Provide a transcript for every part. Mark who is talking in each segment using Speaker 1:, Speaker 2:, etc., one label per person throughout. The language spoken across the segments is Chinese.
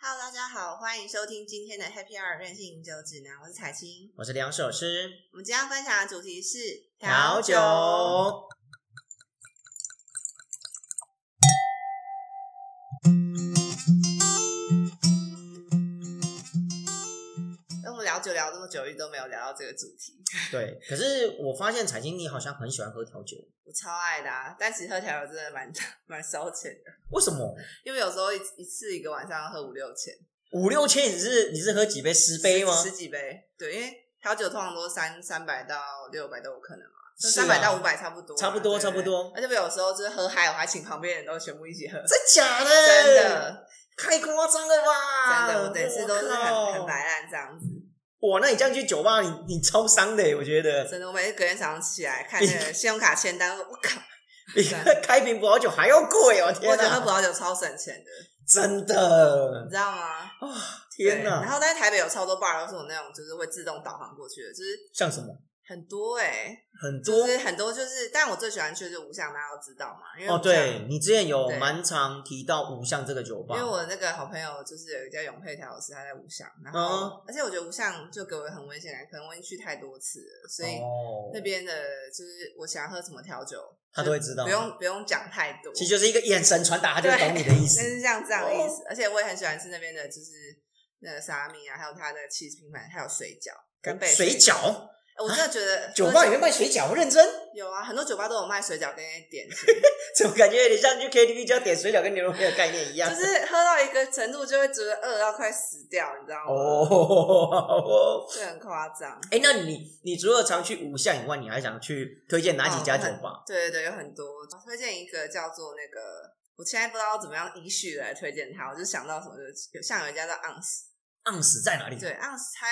Speaker 1: Hello，大家好，欢迎收听今天的 Happy Hour 任性饮酒指南，我是彩青。
Speaker 2: 我是两首诗，
Speaker 1: 我们今天要分享的主题是
Speaker 2: 调酒。
Speaker 1: 那我们聊酒聊这么久，一直都没有聊到这个主题，
Speaker 2: 对，可是我发现彩金你好像很喜欢喝调酒，
Speaker 1: 我超爱的、啊。但其实喝调酒真的蛮蛮烧钱的，
Speaker 2: 为什么？
Speaker 1: 因为有时候一一次一个晚上要喝五六千，
Speaker 2: 五六千你是你是喝几杯十杯吗？
Speaker 1: 十几杯，对，因为调酒通常都三三百到六百都有可能嘛，就是
Speaker 2: 啊
Speaker 1: 三百到五百差不多嘛，
Speaker 2: 差不多
Speaker 1: 对
Speaker 2: 差不。多，
Speaker 1: 而且我有时候就是喝嗨，我还请旁边人都全部一起喝，
Speaker 2: 真假的？
Speaker 1: 真的，
Speaker 2: 太夸张了吧！
Speaker 1: 真的，我每次都是很很
Speaker 2: 白。
Speaker 1: 白烂这样子。
Speaker 2: 哇，那你这样去酒吧，你你超伤的耶，我觉得
Speaker 1: 真的，我每次隔天早上起来看那 个信用卡签单，我靠，
Speaker 2: 比
Speaker 1: 真
Speaker 2: 开瓶葡萄酒还要贵
Speaker 1: 啊
Speaker 2: 哦！
Speaker 1: 我
Speaker 2: 天
Speaker 1: 觉得喝葡
Speaker 2: 哪，
Speaker 1: 萄酒超省钱的，
Speaker 2: 真
Speaker 1: 你
Speaker 2: 的
Speaker 1: 知道吗？
Speaker 2: 天
Speaker 1: 对然
Speaker 2: 哪，
Speaker 1: 后但是台北有超多 bar 都是我那种就是会自动导航过去的，就是
Speaker 2: 像什么
Speaker 1: 很多哎、
Speaker 2: 很
Speaker 1: 就
Speaker 2: 多
Speaker 1: 是很多就是，但我最喜欢去的就是五巷，大家都知道嘛，因为
Speaker 2: 哦。
Speaker 1: 五巷
Speaker 2: 对你之前有
Speaker 1: 对
Speaker 2: 蛮常提到五巷这个酒吧
Speaker 1: 因为，我那个好朋友就是有一个叫永佩调酒师，他在五巷，然后、
Speaker 2: 嗯
Speaker 1: 而且我觉得五巷就给我很危险感，可能我已经去太多次了，所以
Speaker 2: 哦
Speaker 1: 那边的就是我想喝什么调酒，
Speaker 2: 他都会知道
Speaker 1: 不用不用讲太多，
Speaker 2: 其实就是一个眼神传达，他就懂你的意
Speaker 1: 但
Speaker 2: 思。
Speaker 1: 是像这样的
Speaker 2: 哦
Speaker 1: 意思，而且我也很喜欢吃那边的，就是那个沙拉米啊，还有它的 cheese 拼盘，还有水饺跟贝
Speaker 2: 哦水饺，啊
Speaker 1: 呃我真的觉得
Speaker 2: 酒吧
Speaker 1: 喝
Speaker 2: 里面卖水饺，认真？
Speaker 1: 有啊，很多酒吧都有卖水饺跟点心，
Speaker 2: 怎么感觉有点像去 KTV 就要点水饺跟牛肉面的概念一样？
Speaker 1: 就是喝到一个程度就会觉得饿到快死掉，你知道吗？
Speaker 2: 哦。
Speaker 1: 这很夸张。
Speaker 2: 哎，那你你除了常去五巷以外，你还想去推荐哪几
Speaker 1: 哦
Speaker 2: 家酒吧？
Speaker 1: 对对对，有很多，我推荐一个叫做那个，我现在不知道怎么样依序来推荐它，我就想到什么就像有一家叫 Ounce，
Speaker 2: 盎司在哪里？
Speaker 1: 对 Ounce 它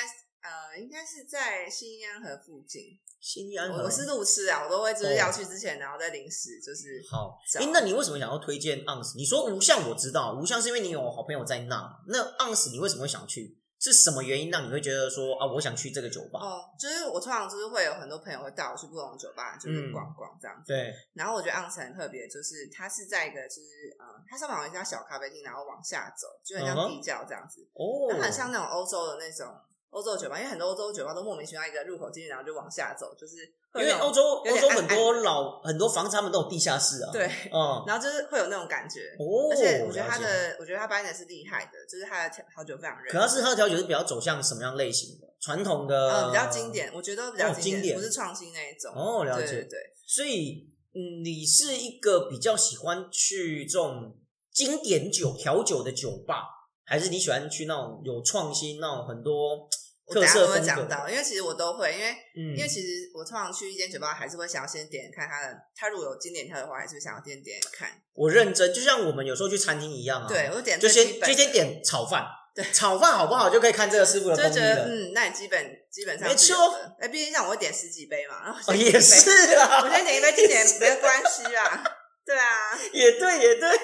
Speaker 1: 呃应该是在新安河附近，
Speaker 2: 新安
Speaker 1: 我
Speaker 2: 和。
Speaker 1: 我是路痴啊，我都会就是
Speaker 2: 哦
Speaker 1: 要去之前，然后再临时就是
Speaker 2: 好。
Speaker 1: 找。
Speaker 2: 哎，那你为什么想要推荐盎司？你说五巷我知道，五巷是因为你有好朋友在那嘛。那盎司你为什么会想去？是什么原因让你会觉得说啊，我想去这个酒吧？
Speaker 1: 哦，就是我通常就是会有很多朋友会带我去不同的酒吧，
Speaker 2: 嗯
Speaker 1: 就是逛逛这样子。
Speaker 2: 对，
Speaker 1: 然后我觉得 o n 很特别，就是它是在一个就是呃，它上面好像一家小咖啡厅，然后往下走，就很像
Speaker 2: 嗯哼
Speaker 1: 地窖这样子，
Speaker 2: 哦，
Speaker 1: 它很像那种欧洲的那种欧洲的酒吧，因为很多欧洲酒吧都莫名其妙一个入口进去，然后就往下走，就是会
Speaker 2: 因
Speaker 1: 有
Speaker 2: 为
Speaker 1: 那种
Speaker 2: 欧洲
Speaker 1: 有
Speaker 2: 欧
Speaker 1: 点
Speaker 2: 洲
Speaker 1: 暗
Speaker 2: 很多老很多房子他们都有地下室啊。，
Speaker 1: 对，
Speaker 2: 嗯，
Speaker 1: 然后就是会有那种感觉。
Speaker 2: 哦，
Speaker 1: 而且我觉得他
Speaker 2: 了解，
Speaker 1: 的，我觉得他班的是厉害的，就是他的调调酒非常认
Speaker 2: 可
Speaker 1: 真。
Speaker 2: 他是喝调酒是比较走向什么样类型的？传统的，
Speaker 1: 嗯，比较经。典，我觉得都比较
Speaker 2: 呃哦
Speaker 1: 经
Speaker 2: 经典
Speaker 1: 不是创新那一种。
Speaker 2: 哦，了
Speaker 1: 对对
Speaker 2: 解。
Speaker 1: 对，
Speaker 2: 所以，嗯，你是一个比较喜欢去这种经典酒调酒的酒吧，还是你喜欢去那种有创新、那种很多
Speaker 1: 我
Speaker 2: 特
Speaker 1: 等下
Speaker 2: 色
Speaker 1: 都会
Speaker 2: 风
Speaker 1: 讲
Speaker 2: 格？
Speaker 1: 到，因为其实我都会，因为、
Speaker 2: 嗯
Speaker 1: 因为其实我通常去一间酒吧，还是会想要先点看它的，它如果有经典调的话，还是会想要先点看。
Speaker 2: 我认真，就像我们有时候去餐厅一样啊，
Speaker 1: 对，，我就点
Speaker 2: 就
Speaker 1: 最
Speaker 2: 先
Speaker 1: 基
Speaker 2: 就
Speaker 1: 本，
Speaker 2: 先点炒饭，
Speaker 1: 对
Speaker 2: 炒饭好不好就可以看这个师傅的
Speaker 1: 就
Speaker 2: 功
Speaker 1: 会
Speaker 2: 力
Speaker 1: 觉得
Speaker 2: 了。
Speaker 1: 嗯，那你基本基本上
Speaker 2: 没
Speaker 1: 是有
Speaker 2: 错
Speaker 1: 的。哎，毕竟像我会点十几杯嘛，然后我
Speaker 2: 哦，
Speaker 1: 先
Speaker 2: 也
Speaker 1: 点一杯，
Speaker 2: 是啊，
Speaker 1: 我先点一杯经典没关系啊，对啊，
Speaker 2: 也对，也对。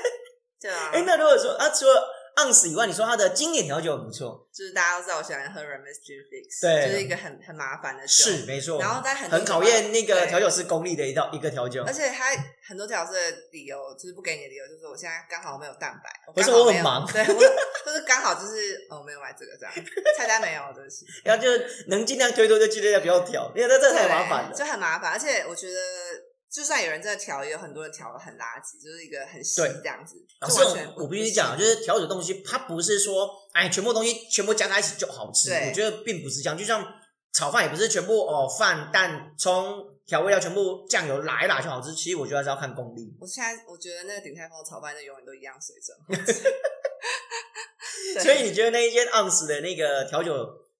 Speaker 1: 对啊。
Speaker 2: 哎、那如果说啊，除了盎司以外，你说它的经典调酒很不错，
Speaker 1: 就是大家都知道我喜欢喝 Remus j u Fix，
Speaker 2: 对
Speaker 1: 就是一个很很麻烦的酒，
Speaker 2: 是没错，
Speaker 1: 然后但很多
Speaker 2: 很考
Speaker 1: 酒吧
Speaker 2: 验那个
Speaker 1: 对
Speaker 2: 调酒师功力的一道一个调 酒
Speaker 1: 而。且他很多调色的理由就是不给你的理由，就是我现在刚好没有蛋白，
Speaker 2: 不是
Speaker 1: 刚好
Speaker 2: 我很
Speaker 1: 没有
Speaker 2: 忙
Speaker 1: 对，我就是刚好就是哦没有买这个这 样，菜单没有，对不起，
Speaker 2: 然后就是能尽量推脱就尽量不要调，因为这这太麻烦
Speaker 1: 对
Speaker 2: 了。
Speaker 1: 就很麻烦，而且我觉得。就算有人真的调，也有很多人调的很垃圾，就是一个很稀
Speaker 2: 对
Speaker 1: 这样子。
Speaker 2: 老
Speaker 1: 就
Speaker 2: 师
Speaker 1: 完全，
Speaker 2: 我必须讲，就是调酒东西，它不是说哎，全部东西全部加在一起就好吃。
Speaker 1: 对
Speaker 2: 我觉得并不是这样，就像炒饭也不是全部哦，饭、蛋、葱、调味料全部酱油来啦就好吃。其实我觉得还是要看功力。
Speaker 1: 我现在我觉得那个鼎泰丰炒饭就永远都一样水准。 对
Speaker 2: 所以你觉得那一间盎司的那个调酒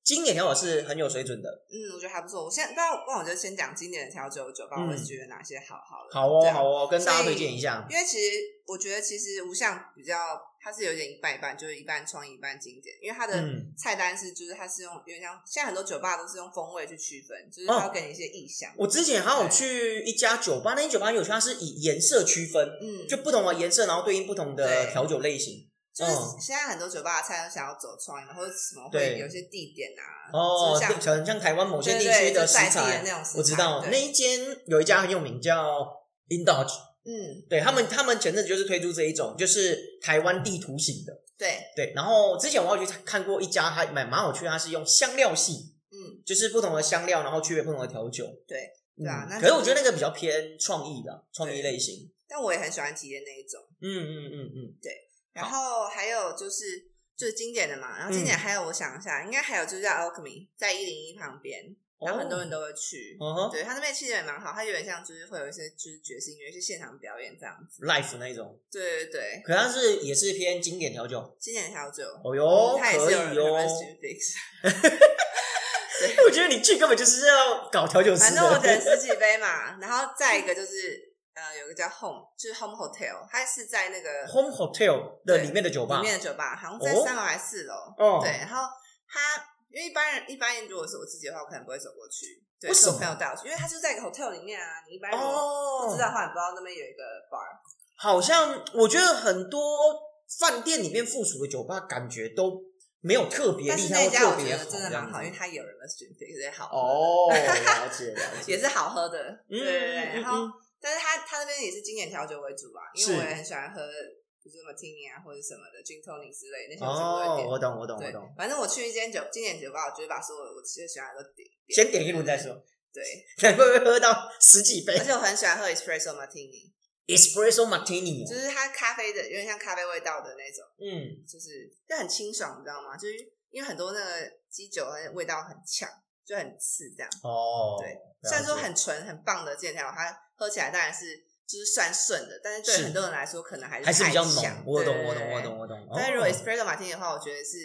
Speaker 2: 经典调酒是很有水准的？
Speaker 1: 嗯，我觉得还不错。我现在，那那我就先讲经典的调酒酒吧，
Speaker 2: 嗯
Speaker 1: 我是觉得哪些好好了。
Speaker 2: 好哦
Speaker 1: 对，啊
Speaker 2: 好哦，跟大家推荐一下。
Speaker 1: 因为其实我觉得，其实无相比较，它是有点一半一半，就是一半创意，一半经典。因为它的
Speaker 2: 嗯
Speaker 1: 菜单是，就是它是用有点像，现在很多酒吧都是用风味去区分，就是它
Speaker 2: 哦
Speaker 1: 要给你一些意象。
Speaker 2: 我之前还有去一家酒吧，那间酒吧很有趣，它是以颜色区分，
Speaker 1: 嗯，
Speaker 2: 就不同的颜色，然后对应不同的
Speaker 1: 对
Speaker 2: 调酒类型。
Speaker 1: 就是
Speaker 2: 嗯
Speaker 1: 现在很多酒吧的菜都想要走创意嘛，或者什么会
Speaker 2: 对
Speaker 1: 有些地点啊，
Speaker 2: 哦，
Speaker 1: 就像
Speaker 2: 对很像台湾某些
Speaker 1: 对
Speaker 2: 地
Speaker 1: 对
Speaker 2: 区
Speaker 1: 就
Speaker 2: 的食
Speaker 1: 在地的
Speaker 2: 材，
Speaker 1: 那种食材。
Speaker 2: 我知道
Speaker 1: 对
Speaker 2: 那一间有一家很有名叫 Indulge，
Speaker 1: 嗯，
Speaker 2: 对他们，他们前阵子就是推出这一种，就是台湾地图型的。
Speaker 1: 对，
Speaker 2: 对，然后之前我有去看过一家，还蛮蛮有趣的，它是用香料系，
Speaker 1: 嗯，
Speaker 2: 就是不同的香料，然后区别不同的调酒。
Speaker 1: 对，对啊
Speaker 2: 嗯
Speaker 1: 那
Speaker 2: 可是我觉得那个比较偏创意的创意
Speaker 1: 对
Speaker 2: 类型。
Speaker 1: 但我也很喜欢体验那一种。
Speaker 2: 嗯嗯嗯嗯，
Speaker 1: 然后还有就是就是经典的嘛，然后
Speaker 2: 嗯
Speaker 1: 经典还有我想一下，应该还有就是叫 Alchemy，在一零一旁边，然后很多人
Speaker 2: 都，
Speaker 1: 都会去。
Speaker 2: 哦嗯哼
Speaker 1: 对他那边气氛也蛮好，他有点像就是会有一些就是爵士音乐，是现场表演这样子。
Speaker 2: ，life 那一种，
Speaker 1: 对对对，
Speaker 2: 可它是也是偏经典调酒。
Speaker 1: 经典调酒，
Speaker 2: 哦哟，
Speaker 1: 嗯他也
Speaker 2: 可
Speaker 1: 是
Speaker 2: 以
Speaker 1: 有
Speaker 2: 哦。
Speaker 1: specific，
Speaker 2: 我觉得你去根本就是要搞调酒师
Speaker 1: 反
Speaker 2: 的。
Speaker 1: 正我点十几杯嘛。然后再一个就是呃，有个叫 Home，就是 Home Hotel，它是在那个
Speaker 2: Home Hotel 的
Speaker 1: 对
Speaker 2: 里面的酒吧
Speaker 1: 里，面的酒吧，好像在
Speaker 2: 哦
Speaker 1: 三楼还是四楼。
Speaker 2: 哦，
Speaker 1: 对，，然后他因为一般人一般人如果是我自己的话，我可能不会走过去，对，
Speaker 2: 为
Speaker 1: 是
Speaker 2: 什
Speaker 1: 我
Speaker 2: 么
Speaker 1: 朋友带我去，因为他就在一个 hotel 里面啊，你一般人
Speaker 2: 哦，
Speaker 1: 不知道的话，你不知道那边有一个 bar，
Speaker 2: 好像我觉得很多饭店里面附属的酒吧，感觉都没有特别
Speaker 1: 但是
Speaker 2: 厉
Speaker 1: 那
Speaker 2: 害或
Speaker 1: 家
Speaker 2: 特
Speaker 1: 我觉
Speaker 2: 别
Speaker 1: 得真的蛮
Speaker 2: 这样
Speaker 1: 好，
Speaker 2: 子
Speaker 1: 因为它有人的选择，也好喝，
Speaker 2: 哦，了解了解，
Speaker 1: 也是好喝的，对对对，
Speaker 2: 嗯
Speaker 1: 然后但是他他那边也是经典调酒为主啊，因为
Speaker 2: 是
Speaker 1: 我也很喜欢喝，比如说 martini 啊或者什么的 gin tonic 之类那些我全部都会
Speaker 2: 哦，
Speaker 1: 点。
Speaker 2: 我懂我懂我
Speaker 1: 对
Speaker 2: 懂，，
Speaker 1: 反正我去一间酒经典酒吧，我就会把所有我最喜欢的都点。
Speaker 2: 先点一轮再说，
Speaker 1: 对，
Speaker 2: 会不会喝到十几 杯
Speaker 1: 而且我很喜欢喝 espresso martini，
Speaker 2: espresso martini？
Speaker 1: 就
Speaker 2: 哦
Speaker 1: 是它咖啡的有点像咖啡味道的那种，
Speaker 2: 嗯，
Speaker 1: 就是就很清爽，你知道吗？就是因为很多那个基酒的味道很强，就很刺这样。
Speaker 2: 哦，
Speaker 1: 对
Speaker 2: 了解，
Speaker 1: 虽然说很纯很棒的健调，它喝起来当然是就是算顺的，但是对
Speaker 2: 是
Speaker 1: 很多人来说可能还是
Speaker 2: 还是比较浓
Speaker 1: 太强，
Speaker 2: 我懂
Speaker 1: 对
Speaker 2: 我懂我懂。我懂，
Speaker 1: 但是如果
Speaker 2: 哦
Speaker 1: espresso martini 的话，我觉得是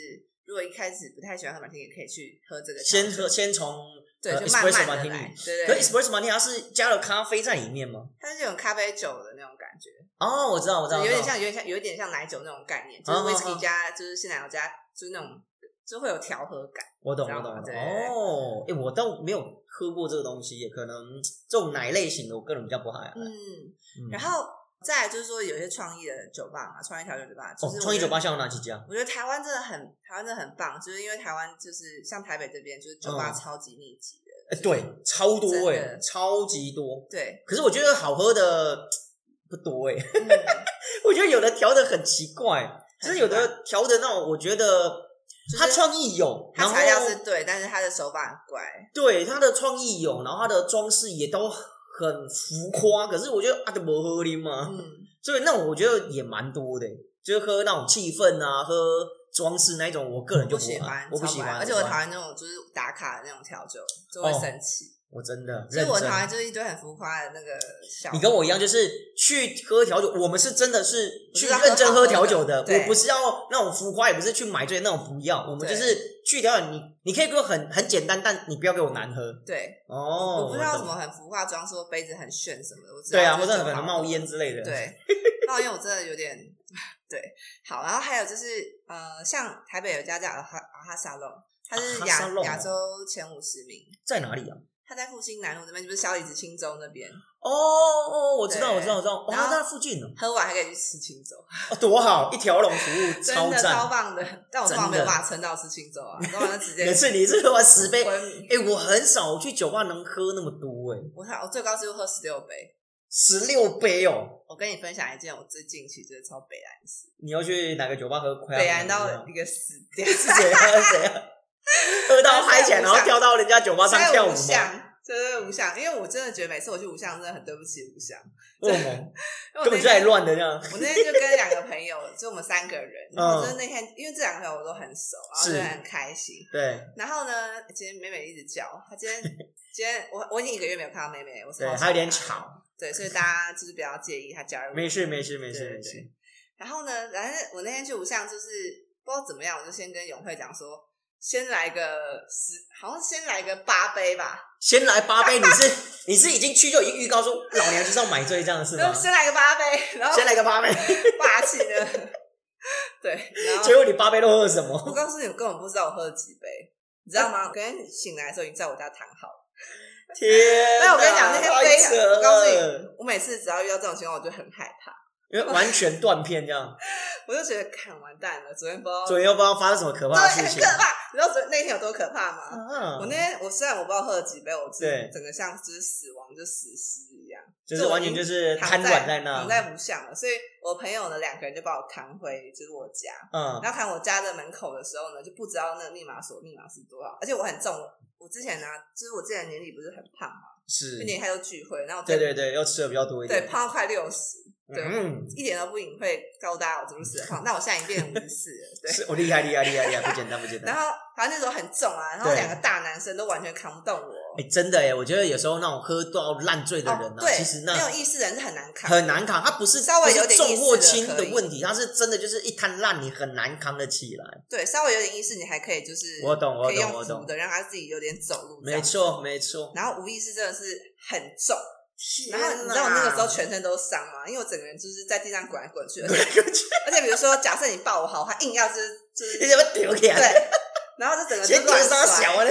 Speaker 1: 如果一开始不太喜欢喝 martini，也可以去喝这个调酒，
Speaker 2: 先喝先从。
Speaker 1: 对，
Speaker 2: 呃
Speaker 1: 就慢慢
Speaker 2: espresso
Speaker 1: 的
Speaker 2: martini
Speaker 1: 来，对
Speaker 2: 可
Speaker 1: 对
Speaker 2: 是
Speaker 1: 对，
Speaker 2: espresso martini 它是加了咖啡在里面吗？
Speaker 1: 它是有咖啡酒的那种感觉。
Speaker 2: 哦，我知道，我知道，
Speaker 1: 有点
Speaker 2: 我知道
Speaker 1: 像，有点像，有点像奶酒那种概念，就是
Speaker 2: 哦哦哦
Speaker 1: whisky 加就是鲜奶油加，就是那种就会有调和感。
Speaker 2: 我懂，
Speaker 1: 知
Speaker 2: 我
Speaker 1: 道
Speaker 2: 懂，
Speaker 1: 吗
Speaker 2: 我懂。
Speaker 1: 对对对
Speaker 2: 哦，哎、我倒没有喝过这个东西，也可能这种奶类型的，我个人比较不爱。嗯，
Speaker 1: 嗯，然后再来就是说有一些创意的酒吧嘛，创意调酒酒吧，就是
Speaker 2: 哦
Speaker 1: 我，
Speaker 2: 创意
Speaker 1: 觉得
Speaker 2: 酒吧。像有哪几家？
Speaker 1: 我觉得台湾真的很，台湾真的很棒，就是因为台湾就是像台北这边，就是酒吧
Speaker 2: 嗯
Speaker 1: 超级密集的，
Speaker 2: 哎、对，超多哎、
Speaker 1: 真的
Speaker 2: 超级多。
Speaker 1: 对，
Speaker 2: 可是我觉得好喝的不多哎、
Speaker 1: 嗯
Speaker 2: 我觉得有的调的很奇怪，
Speaker 1: 很
Speaker 2: 就是有的调的那种，我觉得
Speaker 1: 就是
Speaker 2: 它创意有，
Speaker 1: 它
Speaker 2: 然后
Speaker 1: 材料是对，但是它的手法很怪，
Speaker 2: 对它的创意有，然后它的装饰也都很浮夸。可是我觉得啊，都不合理嘛。
Speaker 1: 嗯，
Speaker 2: 所以那种我觉得也蛮多的，欸就是喝那种气氛啊，喝装饰那一种，我个人就
Speaker 1: 不
Speaker 2: 不
Speaker 1: 喜
Speaker 2: 爱
Speaker 1: 欢，
Speaker 2: 我不
Speaker 1: 超
Speaker 2: 喜欢，
Speaker 1: 而且我
Speaker 2: 不
Speaker 1: 讨厌那种就是打卡的那种调酒，就会
Speaker 2: 哦
Speaker 1: 生气，
Speaker 2: 我真的
Speaker 1: 所以
Speaker 2: 认
Speaker 1: 我
Speaker 2: 真。
Speaker 1: 讨厌就是一堆很浮夸的那个小。
Speaker 2: 你跟我一样，就是去喝调酒，我们是真的是
Speaker 1: 我是
Speaker 2: 去
Speaker 1: 要
Speaker 2: 认真
Speaker 1: 喝好
Speaker 2: 喝
Speaker 1: 喝
Speaker 2: 调
Speaker 1: 的
Speaker 2: 酒的，
Speaker 1: 对
Speaker 2: 我不是要那种浮夸，也不是去买醉那种，不要，我们
Speaker 1: 对
Speaker 2: 就是去调酒。你你可以给我很很简单，但你不要给我难喝
Speaker 1: 对，
Speaker 2: 哦。
Speaker 1: 我不知道什
Speaker 2: 懂
Speaker 1: 么很浮夸装说杯子很炫什么的，我知道
Speaker 2: 对啊，
Speaker 1: 就
Speaker 2: 或
Speaker 1: 是
Speaker 2: 者
Speaker 1: 酒
Speaker 2: 可
Speaker 1: 吧
Speaker 2: 能冒烟之类的。，
Speaker 1: 对冒烟我真的有点 对。好，然后还有就是呃，像台北有一家叫阿哈阿哈沙龙，它是
Speaker 2: 阿哈哦
Speaker 1: 亚
Speaker 2: 沙龙
Speaker 1: 亚洲前五十名，
Speaker 2: 在哪里啊？
Speaker 1: 它在复兴南路那边，就是小李子青州那边，
Speaker 2: 哦哦，我知道，
Speaker 1: 对
Speaker 2: 我知道，我知道，哦，
Speaker 1: 然后
Speaker 2: 在附近哦，
Speaker 1: 喝完还可以去吃青州，
Speaker 2: 哦多好，一条龙服务，
Speaker 1: 真
Speaker 2: 超
Speaker 1: 的
Speaker 2: 赞，
Speaker 1: 超棒的。但我通常
Speaker 2: 真
Speaker 1: 没有
Speaker 2: 的
Speaker 1: 办法撑到吃青州啊，通常就直接
Speaker 2: 每次你是喝十杯，哎、
Speaker 1: 昏迷。
Speaker 2: 我很少去酒吧能喝那么多、哎，
Speaker 1: 我看我最高是喝十六杯。
Speaker 2: 十六杯哦。
Speaker 1: 我跟你分享一件我最近期就是超北蓝的事，
Speaker 2: 你要去哪个酒吧喝？快要
Speaker 1: 北蓝
Speaker 2: 没有
Speaker 1: 到
Speaker 2: 了
Speaker 1: 一个死掉，
Speaker 2: 是谁喝谁 啊？喝到嗨起来，然后跳到人家酒吧上
Speaker 1: 还
Speaker 2: 跳
Speaker 1: 有五
Speaker 2: 舞吗？
Speaker 1: 项，就是五项，因为我真的觉得每次我去五项真的很对不起五项，
Speaker 2: 为什么？
Speaker 1: 因为我那
Speaker 2: 嗯根本就在
Speaker 1: 天
Speaker 2: 乱的这样。
Speaker 1: 我那天就跟两个朋友，就我们三个人，然后
Speaker 2: 嗯
Speaker 1: 就是那天因为这两个朋友我都很熟，然后
Speaker 2: 是
Speaker 1: 就很开心。
Speaker 2: 对
Speaker 1: 然后呢，今天美美一直叫，她今天今天我我已经一个月没有看到美美，我超
Speaker 2: 对，
Speaker 1: 想
Speaker 2: 还有点
Speaker 1: 她，
Speaker 2: 吵，
Speaker 1: 对，所以大家就是不要介意她加入。
Speaker 2: 没事没事没
Speaker 1: 对
Speaker 2: 事
Speaker 1: 对
Speaker 2: 没事。
Speaker 1: 然后呢，反正我那天去五项就是不知道怎么样，我就先跟永慧讲说，先来个十，好像先来个八杯吧，
Speaker 2: 先来八杯，你是你是已经去就已经预告说老娘就是要买醉这样是
Speaker 1: 然
Speaker 2: 吗
Speaker 1: 后？先来个八杯，然后
Speaker 2: 先来个八杯，
Speaker 1: 霸气的。 对，然后
Speaker 2: 结果你八杯都喝了 什
Speaker 1: 我
Speaker 2: 么？
Speaker 1: 告诉你，我根本不知道我喝了几杯，你知道
Speaker 2: 嗯
Speaker 1: 吗？我昨天醒来的时候已经在我家躺好了。
Speaker 2: 天
Speaker 1: 但
Speaker 2: 哪！
Speaker 1: 我跟你讲，那天非
Speaker 2: 太扯
Speaker 1: 常，我告诉
Speaker 2: 了
Speaker 1: 你，我每次只要遇到这种情况，我就很害怕，
Speaker 2: 因为完全断片这样，
Speaker 1: 我就觉得看完蛋了，昨天不知道，
Speaker 2: 左右不知道发生什么可怕的
Speaker 1: 哦对，
Speaker 2: 事
Speaker 1: 很
Speaker 2: 情。
Speaker 1: 可怕。你知道昨那天有多可怕吗？
Speaker 2: 啊
Speaker 1: 我那天我虽然我不知道喝了几杯，我是
Speaker 2: 对
Speaker 1: 整个像就是死亡就死尸一样，
Speaker 2: 就是完全就是瘫
Speaker 1: 在
Speaker 2: 软在那
Speaker 1: 躺，在无相了。所以我朋友呢，两个人就把我扛回就是我家，
Speaker 2: 嗯
Speaker 1: 然后看我家的门口的时候呢，就不知道那个密码锁密码是多少，而且我很重，我之前呢、啊就是我之前年底不是很胖嘛，
Speaker 2: 是
Speaker 1: 就，年底还有聚会，然后我
Speaker 2: 嗯对对对，要吃的比较多一
Speaker 1: 对
Speaker 2: 点，
Speaker 1: 胖到快六十，对
Speaker 2: 嗯，
Speaker 1: 一点都不隐晦告诉大家我真的是胖，但我现在已经变五十四了， 对。
Speaker 2: 是我哦厉害厉害厉害厉害，不简单不简单
Speaker 1: 然。后反正那时候很重啊，然后
Speaker 2: 对
Speaker 1: 两个大男生都完全扛不动我，
Speaker 2: 哎、真的哎，我觉得有时候那种喝到烂醉的人
Speaker 1: 哦
Speaker 2: 啊，
Speaker 1: 对，
Speaker 2: 其实
Speaker 1: 没有
Speaker 2: 那
Speaker 1: 意识的人是很难扛，
Speaker 2: 很难扛，他不是
Speaker 1: 稍微有
Speaker 2: 不
Speaker 1: 点
Speaker 2: 是重或
Speaker 1: 意识的
Speaker 2: 轻
Speaker 1: 可
Speaker 2: 的
Speaker 1: 以
Speaker 2: 问题，他是真的就是一滩烂，你很难扛得起来。
Speaker 1: 对，稍微有点意识，你还可以就是
Speaker 2: 我懂我
Speaker 1: 可以
Speaker 2: 懂
Speaker 1: 用
Speaker 2: 我
Speaker 1: 扶
Speaker 2: 懂，
Speaker 1: 的，让他自己有点走路，
Speaker 2: 没。错没错。
Speaker 1: 然后无意识真的是很重，然后你知
Speaker 2: 天
Speaker 1: 道我那个时候
Speaker 2: 哪
Speaker 1: 全身都是伤吗？因为我整个人就是在地上滚来滚去， 而且而且比如说，假设你抱我好，他硬要就是就 是
Speaker 2: 你怎么丢起来？
Speaker 1: 对，然后就整个
Speaker 2: 全
Speaker 1: 就
Speaker 2: 丢
Speaker 1: 乱
Speaker 2: 伤
Speaker 1: 摔。
Speaker 2: 小啊，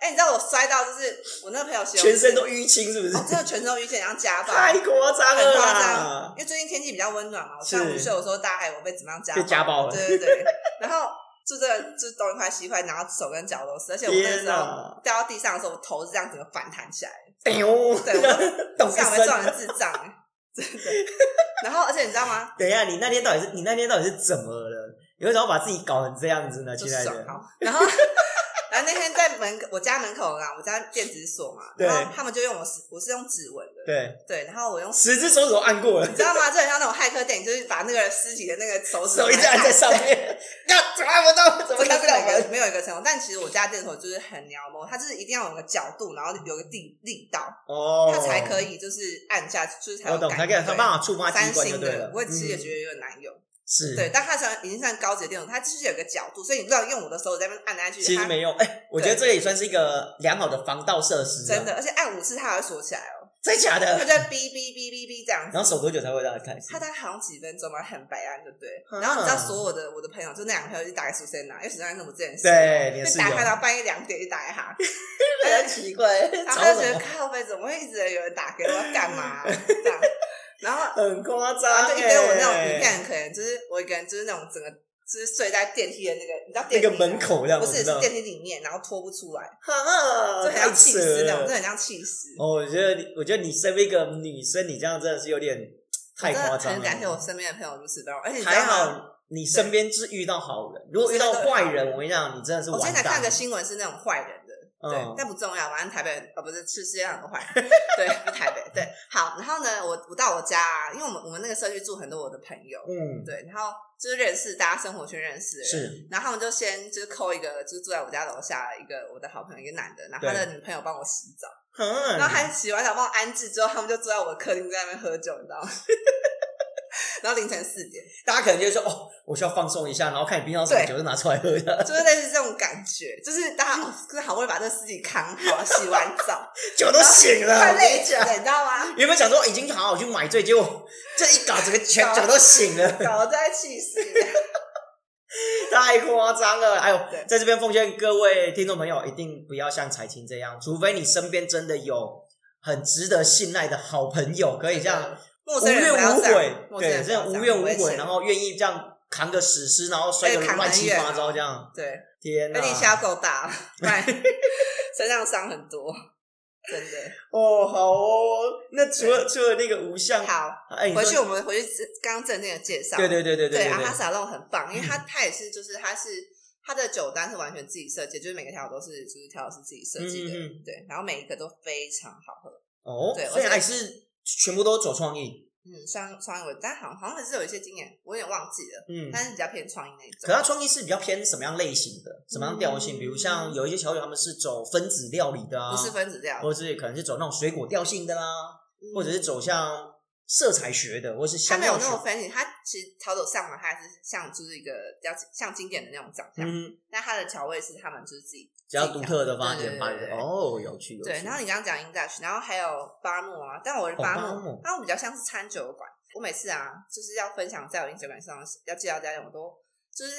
Speaker 1: 哎、你知道我摔到就是我那个朋友形容
Speaker 2: 全身
Speaker 1: 是
Speaker 2: 都淤青，是不是？
Speaker 1: 哦，真的全身都淤血，然后家暴，
Speaker 2: 太夸张
Speaker 1: 很
Speaker 2: 了
Speaker 1: 夸张
Speaker 2: 啦！
Speaker 1: 因为最近天气比较温暖嘛，我上
Speaker 2: 是
Speaker 1: 午秀的时候，大家还以为我被怎么样家
Speaker 2: 被家暴了
Speaker 1: 对对对。然后就这个就东一块西一块，然后手跟脚都是，而且我那
Speaker 2: 天
Speaker 1: 时候
Speaker 2: 哪！
Speaker 1: 掉到地上的时候，我头是这样整个反弹起来，
Speaker 2: 哎呦，
Speaker 1: 对我
Speaker 2: 懂
Speaker 1: 像我
Speaker 2: 一
Speaker 1: 被撞
Speaker 2: 声。
Speaker 1: 成智障、欸，真的。然后而且你知道吗？
Speaker 2: 等一下，你那天到底是你那天到底是怎么了？你为什么把自己搞成这样子呢？
Speaker 1: 就
Speaker 2: 亲爱
Speaker 1: 爽
Speaker 2: 的，
Speaker 1: 好。然后，然后那天在门口我家门口啦，我家电子锁嘛，
Speaker 2: 对
Speaker 1: 然后他们就用我是我是用指纹的，
Speaker 2: 对，
Speaker 1: 对，然后我用。
Speaker 2: 十只手指头按过了
Speaker 1: 你。知道吗？这很像那种骇客电影，就是把那个尸体的那个手指
Speaker 2: 手一直按在上 面，那怎么按不到？怎么
Speaker 1: 真的
Speaker 2: 看
Speaker 1: 是没有一个？
Speaker 2: 不了
Speaker 1: 没有一个成功，但其实我家电头就是很鸟摸，它就是一定要有个角度，然后有个地力道，
Speaker 2: 哦
Speaker 1: 它才可。以就是按下去，就是才
Speaker 2: 我
Speaker 1: 有
Speaker 2: 懂，
Speaker 1: 感
Speaker 2: 才可以，
Speaker 1: 觉。
Speaker 2: 他办法触发机
Speaker 1: 三
Speaker 2: 关就
Speaker 1: 星
Speaker 2: 对了
Speaker 1: 的。，我其实也
Speaker 2: 嗯
Speaker 1: 觉得有点难用，
Speaker 2: 是，
Speaker 1: 对，，但它算已经算高级的电筒，它就是有个角度，所以你乱用我的手在那边按来按去，
Speaker 2: 其实
Speaker 1: 它
Speaker 2: 没用。哎，我觉得这个也算是一个良好的防盗设施。啊
Speaker 1: 真，的，而且按五次它还会锁起来哦，
Speaker 2: 真假
Speaker 1: 它
Speaker 2: 的
Speaker 1: 就？在哔哔哔哔哔这样子
Speaker 2: 然后。守多久才会让它开始
Speaker 1: 它？大概好像几分钟嘛，很白烂，对不对？
Speaker 2: 啊
Speaker 1: 然后你知道，所有的我的朋友，就那两个朋友就打给苏珊娜，因为苏珊娜是我之前的室友
Speaker 2: 对，你的
Speaker 1: 就
Speaker 2: 室
Speaker 1: 打开
Speaker 2: 友，
Speaker 1: 到半夜两点就打给 他，
Speaker 2: 很奇怪，
Speaker 1: 然
Speaker 2: 吵
Speaker 1: 后他就觉
Speaker 2: 什
Speaker 1: 得
Speaker 2: 么？
Speaker 1: 靠背怎么会一直有人打给我要干嘛、这样，然后
Speaker 2: 很夸
Speaker 1: 然
Speaker 2: 张，
Speaker 1: 后就一堆我那种
Speaker 2: 哎
Speaker 1: 影片，可能就是我一个人就是那种整个就是睡在电梯的那个，你知道
Speaker 2: 那
Speaker 1: 电梯啊
Speaker 2: 个门口这样
Speaker 1: 不
Speaker 2: 子，
Speaker 1: 是
Speaker 2: 你知
Speaker 1: 是
Speaker 2: 道
Speaker 1: 电梯里面，然后拖不出 来，
Speaker 2: 啊
Speaker 1: 就很
Speaker 2: 太
Speaker 1: 像气
Speaker 2: 扯
Speaker 1: 死那种，
Speaker 2: 了
Speaker 1: 真的很像气死。
Speaker 2: 哦，我觉得你，我觉得你身为一个女生，你这样真的是有点太
Speaker 1: 真
Speaker 2: 夸
Speaker 1: 的
Speaker 2: 张了。
Speaker 1: 很感谢我身边的朋友如此包容，而且你知
Speaker 2: 还
Speaker 1: 道吗
Speaker 2: 好你身边是遇到好人，如果遇到坏人，我跟你讲，你真的是
Speaker 1: 我
Speaker 2: 完
Speaker 1: 今天
Speaker 2: 蛋。
Speaker 1: 才看个新闻是那种坏人的，对，
Speaker 2: 嗯，
Speaker 1: 但不重要，反正台北很哦不是是世界上很多坏人， 对，不是台北对。好，然后呢，我我到我家、啊，因为我们我们那个社区住很多我的朋友，
Speaker 2: 嗯，
Speaker 1: 对，然后就是认识大家生活圈认识的人，
Speaker 2: 是
Speaker 1: 然后他们就先就是扣一个，就是住在我家楼下一个我的好朋友，一个男的，然后他的女朋友帮我洗澡，
Speaker 2: 嗯，
Speaker 1: 然后还洗完澡帮我安置之后，他们就坐在我的客厅在那边喝酒，你知道吗？ 然后凌晨四点，
Speaker 2: 大家可能就会说哦，我需要放松一下，然后看你冰箱什么
Speaker 1: 对
Speaker 2: 酒就拿出来喝一下，
Speaker 1: 就是类似这种感觉，就是大家哦，真的好不容易把这个尸体扛好，洗完澡
Speaker 2: 酒都醒了，
Speaker 1: 快
Speaker 2: 啊我跟
Speaker 1: 累
Speaker 2: 你
Speaker 1: 死
Speaker 2: 讲
Speaker 1: 了，。你知道吗？
Speaker 2: 原本想说已经好好去买醉，结果这一搞，整个全酒都醒了，
Speaker 1: 搞得在气 死你！
Speaker 2: 太夸张了！哎呦
Speaker 1: 对，
Speaker 2: 在这边奉劝各位听众朋友，一定不要像彩琴这样，除非你身边真的有很值得信赖的好朋友，可以这 样
Speaker 1: 陌
Speaker 2: 无
Speaker 1: 生人
Speaker 2: 怨
Speaker 1: 不要
Speaker 2: 无
Speaker 1: 这
Speaker 2: 悔
Speaker 1: 样，，陌生
Speaker 2: 对，
Speaker 1: 人不
Speaker 2: 这
Speaker 1: 要
Speaker 2: 样
Speaker 1: 这样
Speaker 2: 无怨
Speaker 1: 很危
Speaker 2: 无悔，
Speaker 1: 险
Speaker 2: 然后愿意这样扛个史诗，然后摔个
Speaker 1: 而且扛
Speaker 2: 乱七
Speaker 1: 很远
Speaker 2: 八糟
Speaker 1: 啊
Speaker 2: 这样。
Speaker 1: 对，
Speaker 2: 天哪
Speaker 1: 而！且你虾够大，不 然 身上伤很多，真的。
Speaker 2: 哦，好哦。那除了除了那个无相，
Speaker 1: 好，
Speaker 2: 哎，你
Speaker 1: 回去
Speaker 2: 说
Speaker 1: 我们回去刚刚正那个介绍，
Speaker 2: 对对对对
Speaker 1: 对啊
Speaker 2: 对
Speaker 1: 阿哈
Speaker 2: 对，
Speaker 1: 萨弄很棒，因 为他他也是就是他是他的酒单是完全自己设计，就是每个调酒都是就是调酒师自己设计的，
Speaker 2: 嗯嗯嗯
Speaker 1: 对，然后每一个都非常好喝，
Speaker 2: 哦
Speaker 1: 对，我
Speaker 2: 所以
Speaker 1: 觉得
Speaker 2: 还是全部都走创意，
Speaker 1: 嗯，双双一文，但好像好像还是有一些经验，我有点忘记了，
Speaker 2: 嗯。
Speaker 1: 但是比较偏创意那一种，
Speaker 2: 可它创意是比较偏什么样类型的，什么样调性？
Speaker 1: 嗯
Speaker 2: 比如像有一些小酒，他们是走分子料理的啊，
Speaker 1: 不是分子料理，
Speaker 2: 或者是可能是走那种水果调性的啦，或者是
Speaker 1: 走。
Speaker 2: 走向色彩学的，或是
Speaker 1: 他
Speaker 2: 香
Speaker 1: 没有
Speaker 2: 料
Speaker 1: 那
Speaker 2: 学
Speaker 1: 么。分析，他其实调酒上嘛，他还是像就是一个比较像经典的那种长相，
Speaker 2: 嗯，
Speaker 1: 但他的调味是他们就是自己
Speaker 2: 比较独特的发
Speaker 1: 对
Speaker 2: 研
Speaker 1: 对
Speaker 2: 发
Speaker 1: 对
Speaker 2: 的
Speaker 1: 对
Speaker 2: 哦，有趣有趣。
Speaker 1: 对。然后你刚刚讲 English，然后还有巴莫啊，但我的巴
Speaker 2: 哦巴莫
Speaker 1: 莫，巴莫比较像是餐酒馆。我每次啊，就是要分享在我 Instagram 上要介绍家人，我都就是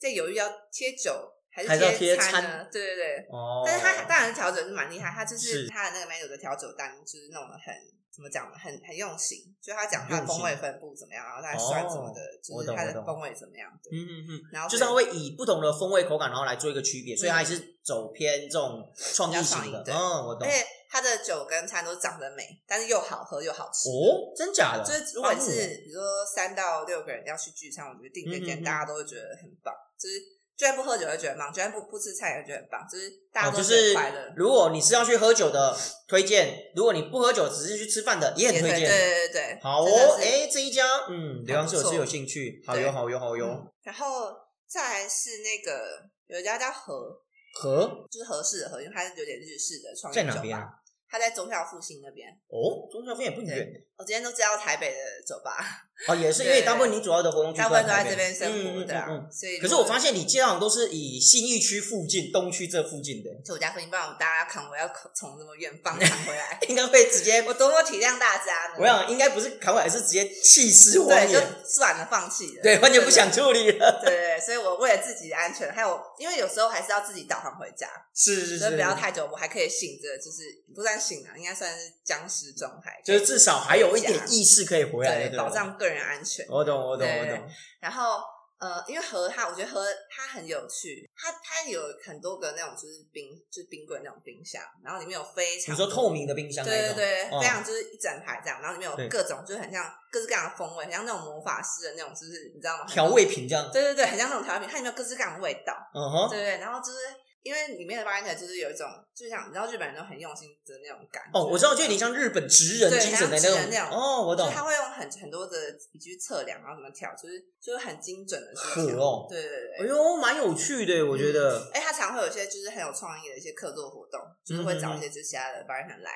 Speaker 1: 在犹豫要贴酒还
Speaker 2: 还是要
Speaker 1: 是
Speaker 2: 贴
Speaker 1: 餐呢？
Speaker 2: 餐
Speaker 1: 对对对。
Speaker 2: 哦，
Speaker 1: 但是他当然调酒是蛮厉害，他就是
Speaker 2: 是
Speaker 1: 他的那个 menu 的调酒单就是弄得很怎么讲呢，很很用心，就他讲他
Speaker 2: 很用
Speaker 1: 的
Speaker 2: 心哦
Speaker 1: 风味分布怎么样，然后他的酸什么的，
Speaker 2: 我
Speaker 1: 就是
Speaker 2: 懂
Speaker 1: 它
Speaker 2: 我
Speaker 1: 的
Speaker 2: 懂
Speaker 1: 风味怎么样的，
Speaker 2: 嗯嗯嗯，
Speaker 1: 然后
Speaker 2: 就是
Speaker 1: 所以
Speaker 2: 它会以不同的风味口感，然后来做一个区别，所以它还是走偏这种创意
Speaker 1: 嗯比较创
Speaker 2: 型
Speaker 1: 意
Speaker 2: 的。
Speaker 1: 对
Speaker 2: 嗯，我懂
Speaker 1: 而。且他它的酒跟餐都长得美，但是又好喝又好吃。
Speaker 2: 哦，真假的？哦
Speaker 1: 就是如果你
Speaker 2: 八木
Speaker 1: 是比如说三到六个人要去聚餐，我觉得订这
Speaker 2: 嗯嗯
Speaker 1: 间
Speaker 2: 嗯
Speaker 1: 大家都会觉得很棒，就是就算不喝酒会觉得很棒，就算不不吃菜也会觉得很棒，就是大家
Speaker 2: 哦，
Speaker 1: 都
Speaker 2: 就
Speaker 1: 觉得
Speaker 2: 是
Speaker 1: 快乐。
Speaker 2: 如果你是要去喝酒的，推荐；如果你不喝酒，只是去吃饭的，也很
Speaker 1: 也
Speaker 2: 推
Speaker 1: 对对
Speaker 2: 荐。
Speaker 1: 对对对，
Speaker 2: 好
Speaker 1: 真的
Speaker 2: 哦，
Speaker 1: 是
Speaker 2: 哎，这一家，嗯，刘洋是我是有兴趣，好哟，
Speaker 1: 对
Speaker 2: 好哟，好哟
Speaker 1: 嗯。然后再来是那个有一家叫和，
Speaker 2: 和
Speaker 1: 就是和氏的和，因为它是有点日式的创意
Speaker 2: 在
Speaker 1: 酒
Speaker 2: 哪
Speaker 1: 吧，
Speaker 2: 边啊？
Speaker 1: 它在中校复兴那边。
Speaker 2: 哦，中孝分也不远
Speaker 1: 我今天都知道台北的酒吧，
Speaker 2: 哦，也是因
Speaker 1: 对
Speaker 2: 为大部分你主要的活动区
Speaker 1: 大部分都在
Speaker 2: 台北
Speaker 1: 这边生
Speaker 2: 嗯
Speaker 1: 活，
Speaker 2: 嗯
Speaker 1: 对
Speaker 2: 嗯嗯
Speaker 1: 啊。所以
Speaker 2: 可是我发
Speaker 1: 现，
Speaker 2: 现你街上都是以信义区附近、东区这附近的，，
Speaker 1: 就我家附近，不然我们大家扛我要从那么远方扛回来
Speaker 2: 应该会直接，
Speaker 1: 我多么体谅大家呢？
Speaker 2: 我想应该不是砍我，而是直接弃尸荒
Speaker 1: 对，
Speaker 2: 野，
Speaker 1: 就算了，放弃了，
Speaker 2: 对，完全不
Speaker 1: 真
Speaker 2: 想
Speaker 1: 的。
Speaker 2: 处理了。
Speaker 1: 对对对，所以我为了自己的安全，还有因为有时候还是要自己导航回家，
Speaker 2: 是是
Speaker 1: 所
Speaker 2: 是，
Speaker 1: 以不要太久，我还可以醒着，就是不算醒啊，应该算是僵尸状态，
Speaker 2: 就是至少还有一点意识可以回来的，
Speaker 1: 对保。障个人安全。
Speaker 2: 我懂，我懂，
Speaker 1: 对
Speaker 2: 我
Speaker 1: 对
Speaker 2: 懂。
Speaker 1: 然后呃，因为和它，我觉得和它很有趣，它它有很多个那种就是冰就是冰柜那种冰箱，然后里面有非常
Speaker 2: 你说透明的冰箱那
Speaker 1: 对对
Speaker 2: 种，
Speaker 1: 对，
Speaker 2: 哦
Speaker 1: 非常就是一整排这样，然后里面
Speaker 2: 对
Speaker 1: 有各种就是很像各式各样的风味，很像那种魔法师的那种，就是你知道吗？
Speaker 2: 调味品这样。
Speaker 1: 对对对，很像那种调味品，它里面有各式各样的味道。
Speaker 2: 嗯哼，
Speaker 1: 对对，然后就是因为里面的 bartender 就是有一种，就像你知道日本人都很用心的那种感觉。
Speaker 2: 哦，我知道，就有点像日本职人
Speaker 1: 对
Speaker 2: 精神的
Speaker 1: 像职人
Speaker 2: 那
Speaker 1: 那
Speaker 2: 种。
Speaker 1: 样
Speaker 2: 哦，我
Speaker 1: 就
Speaker 2: 懂
Speaker 1: 是。他会用很很多的笔去测量，然后怎么调，就是就是很精准的去
Speaker 2: 可
Speaker 1: 调。
Speaker 2: 哦
Speaker 1: 对对对
Speaker 2: 哎
Speaker 1: 对。
Speaker 2: 呦，蛮有趣的，我觉得。
Speaker 1: 哎，他常会有一些就是很有创意的一些客座活动，就是会找一些就是其他的 bartender 来，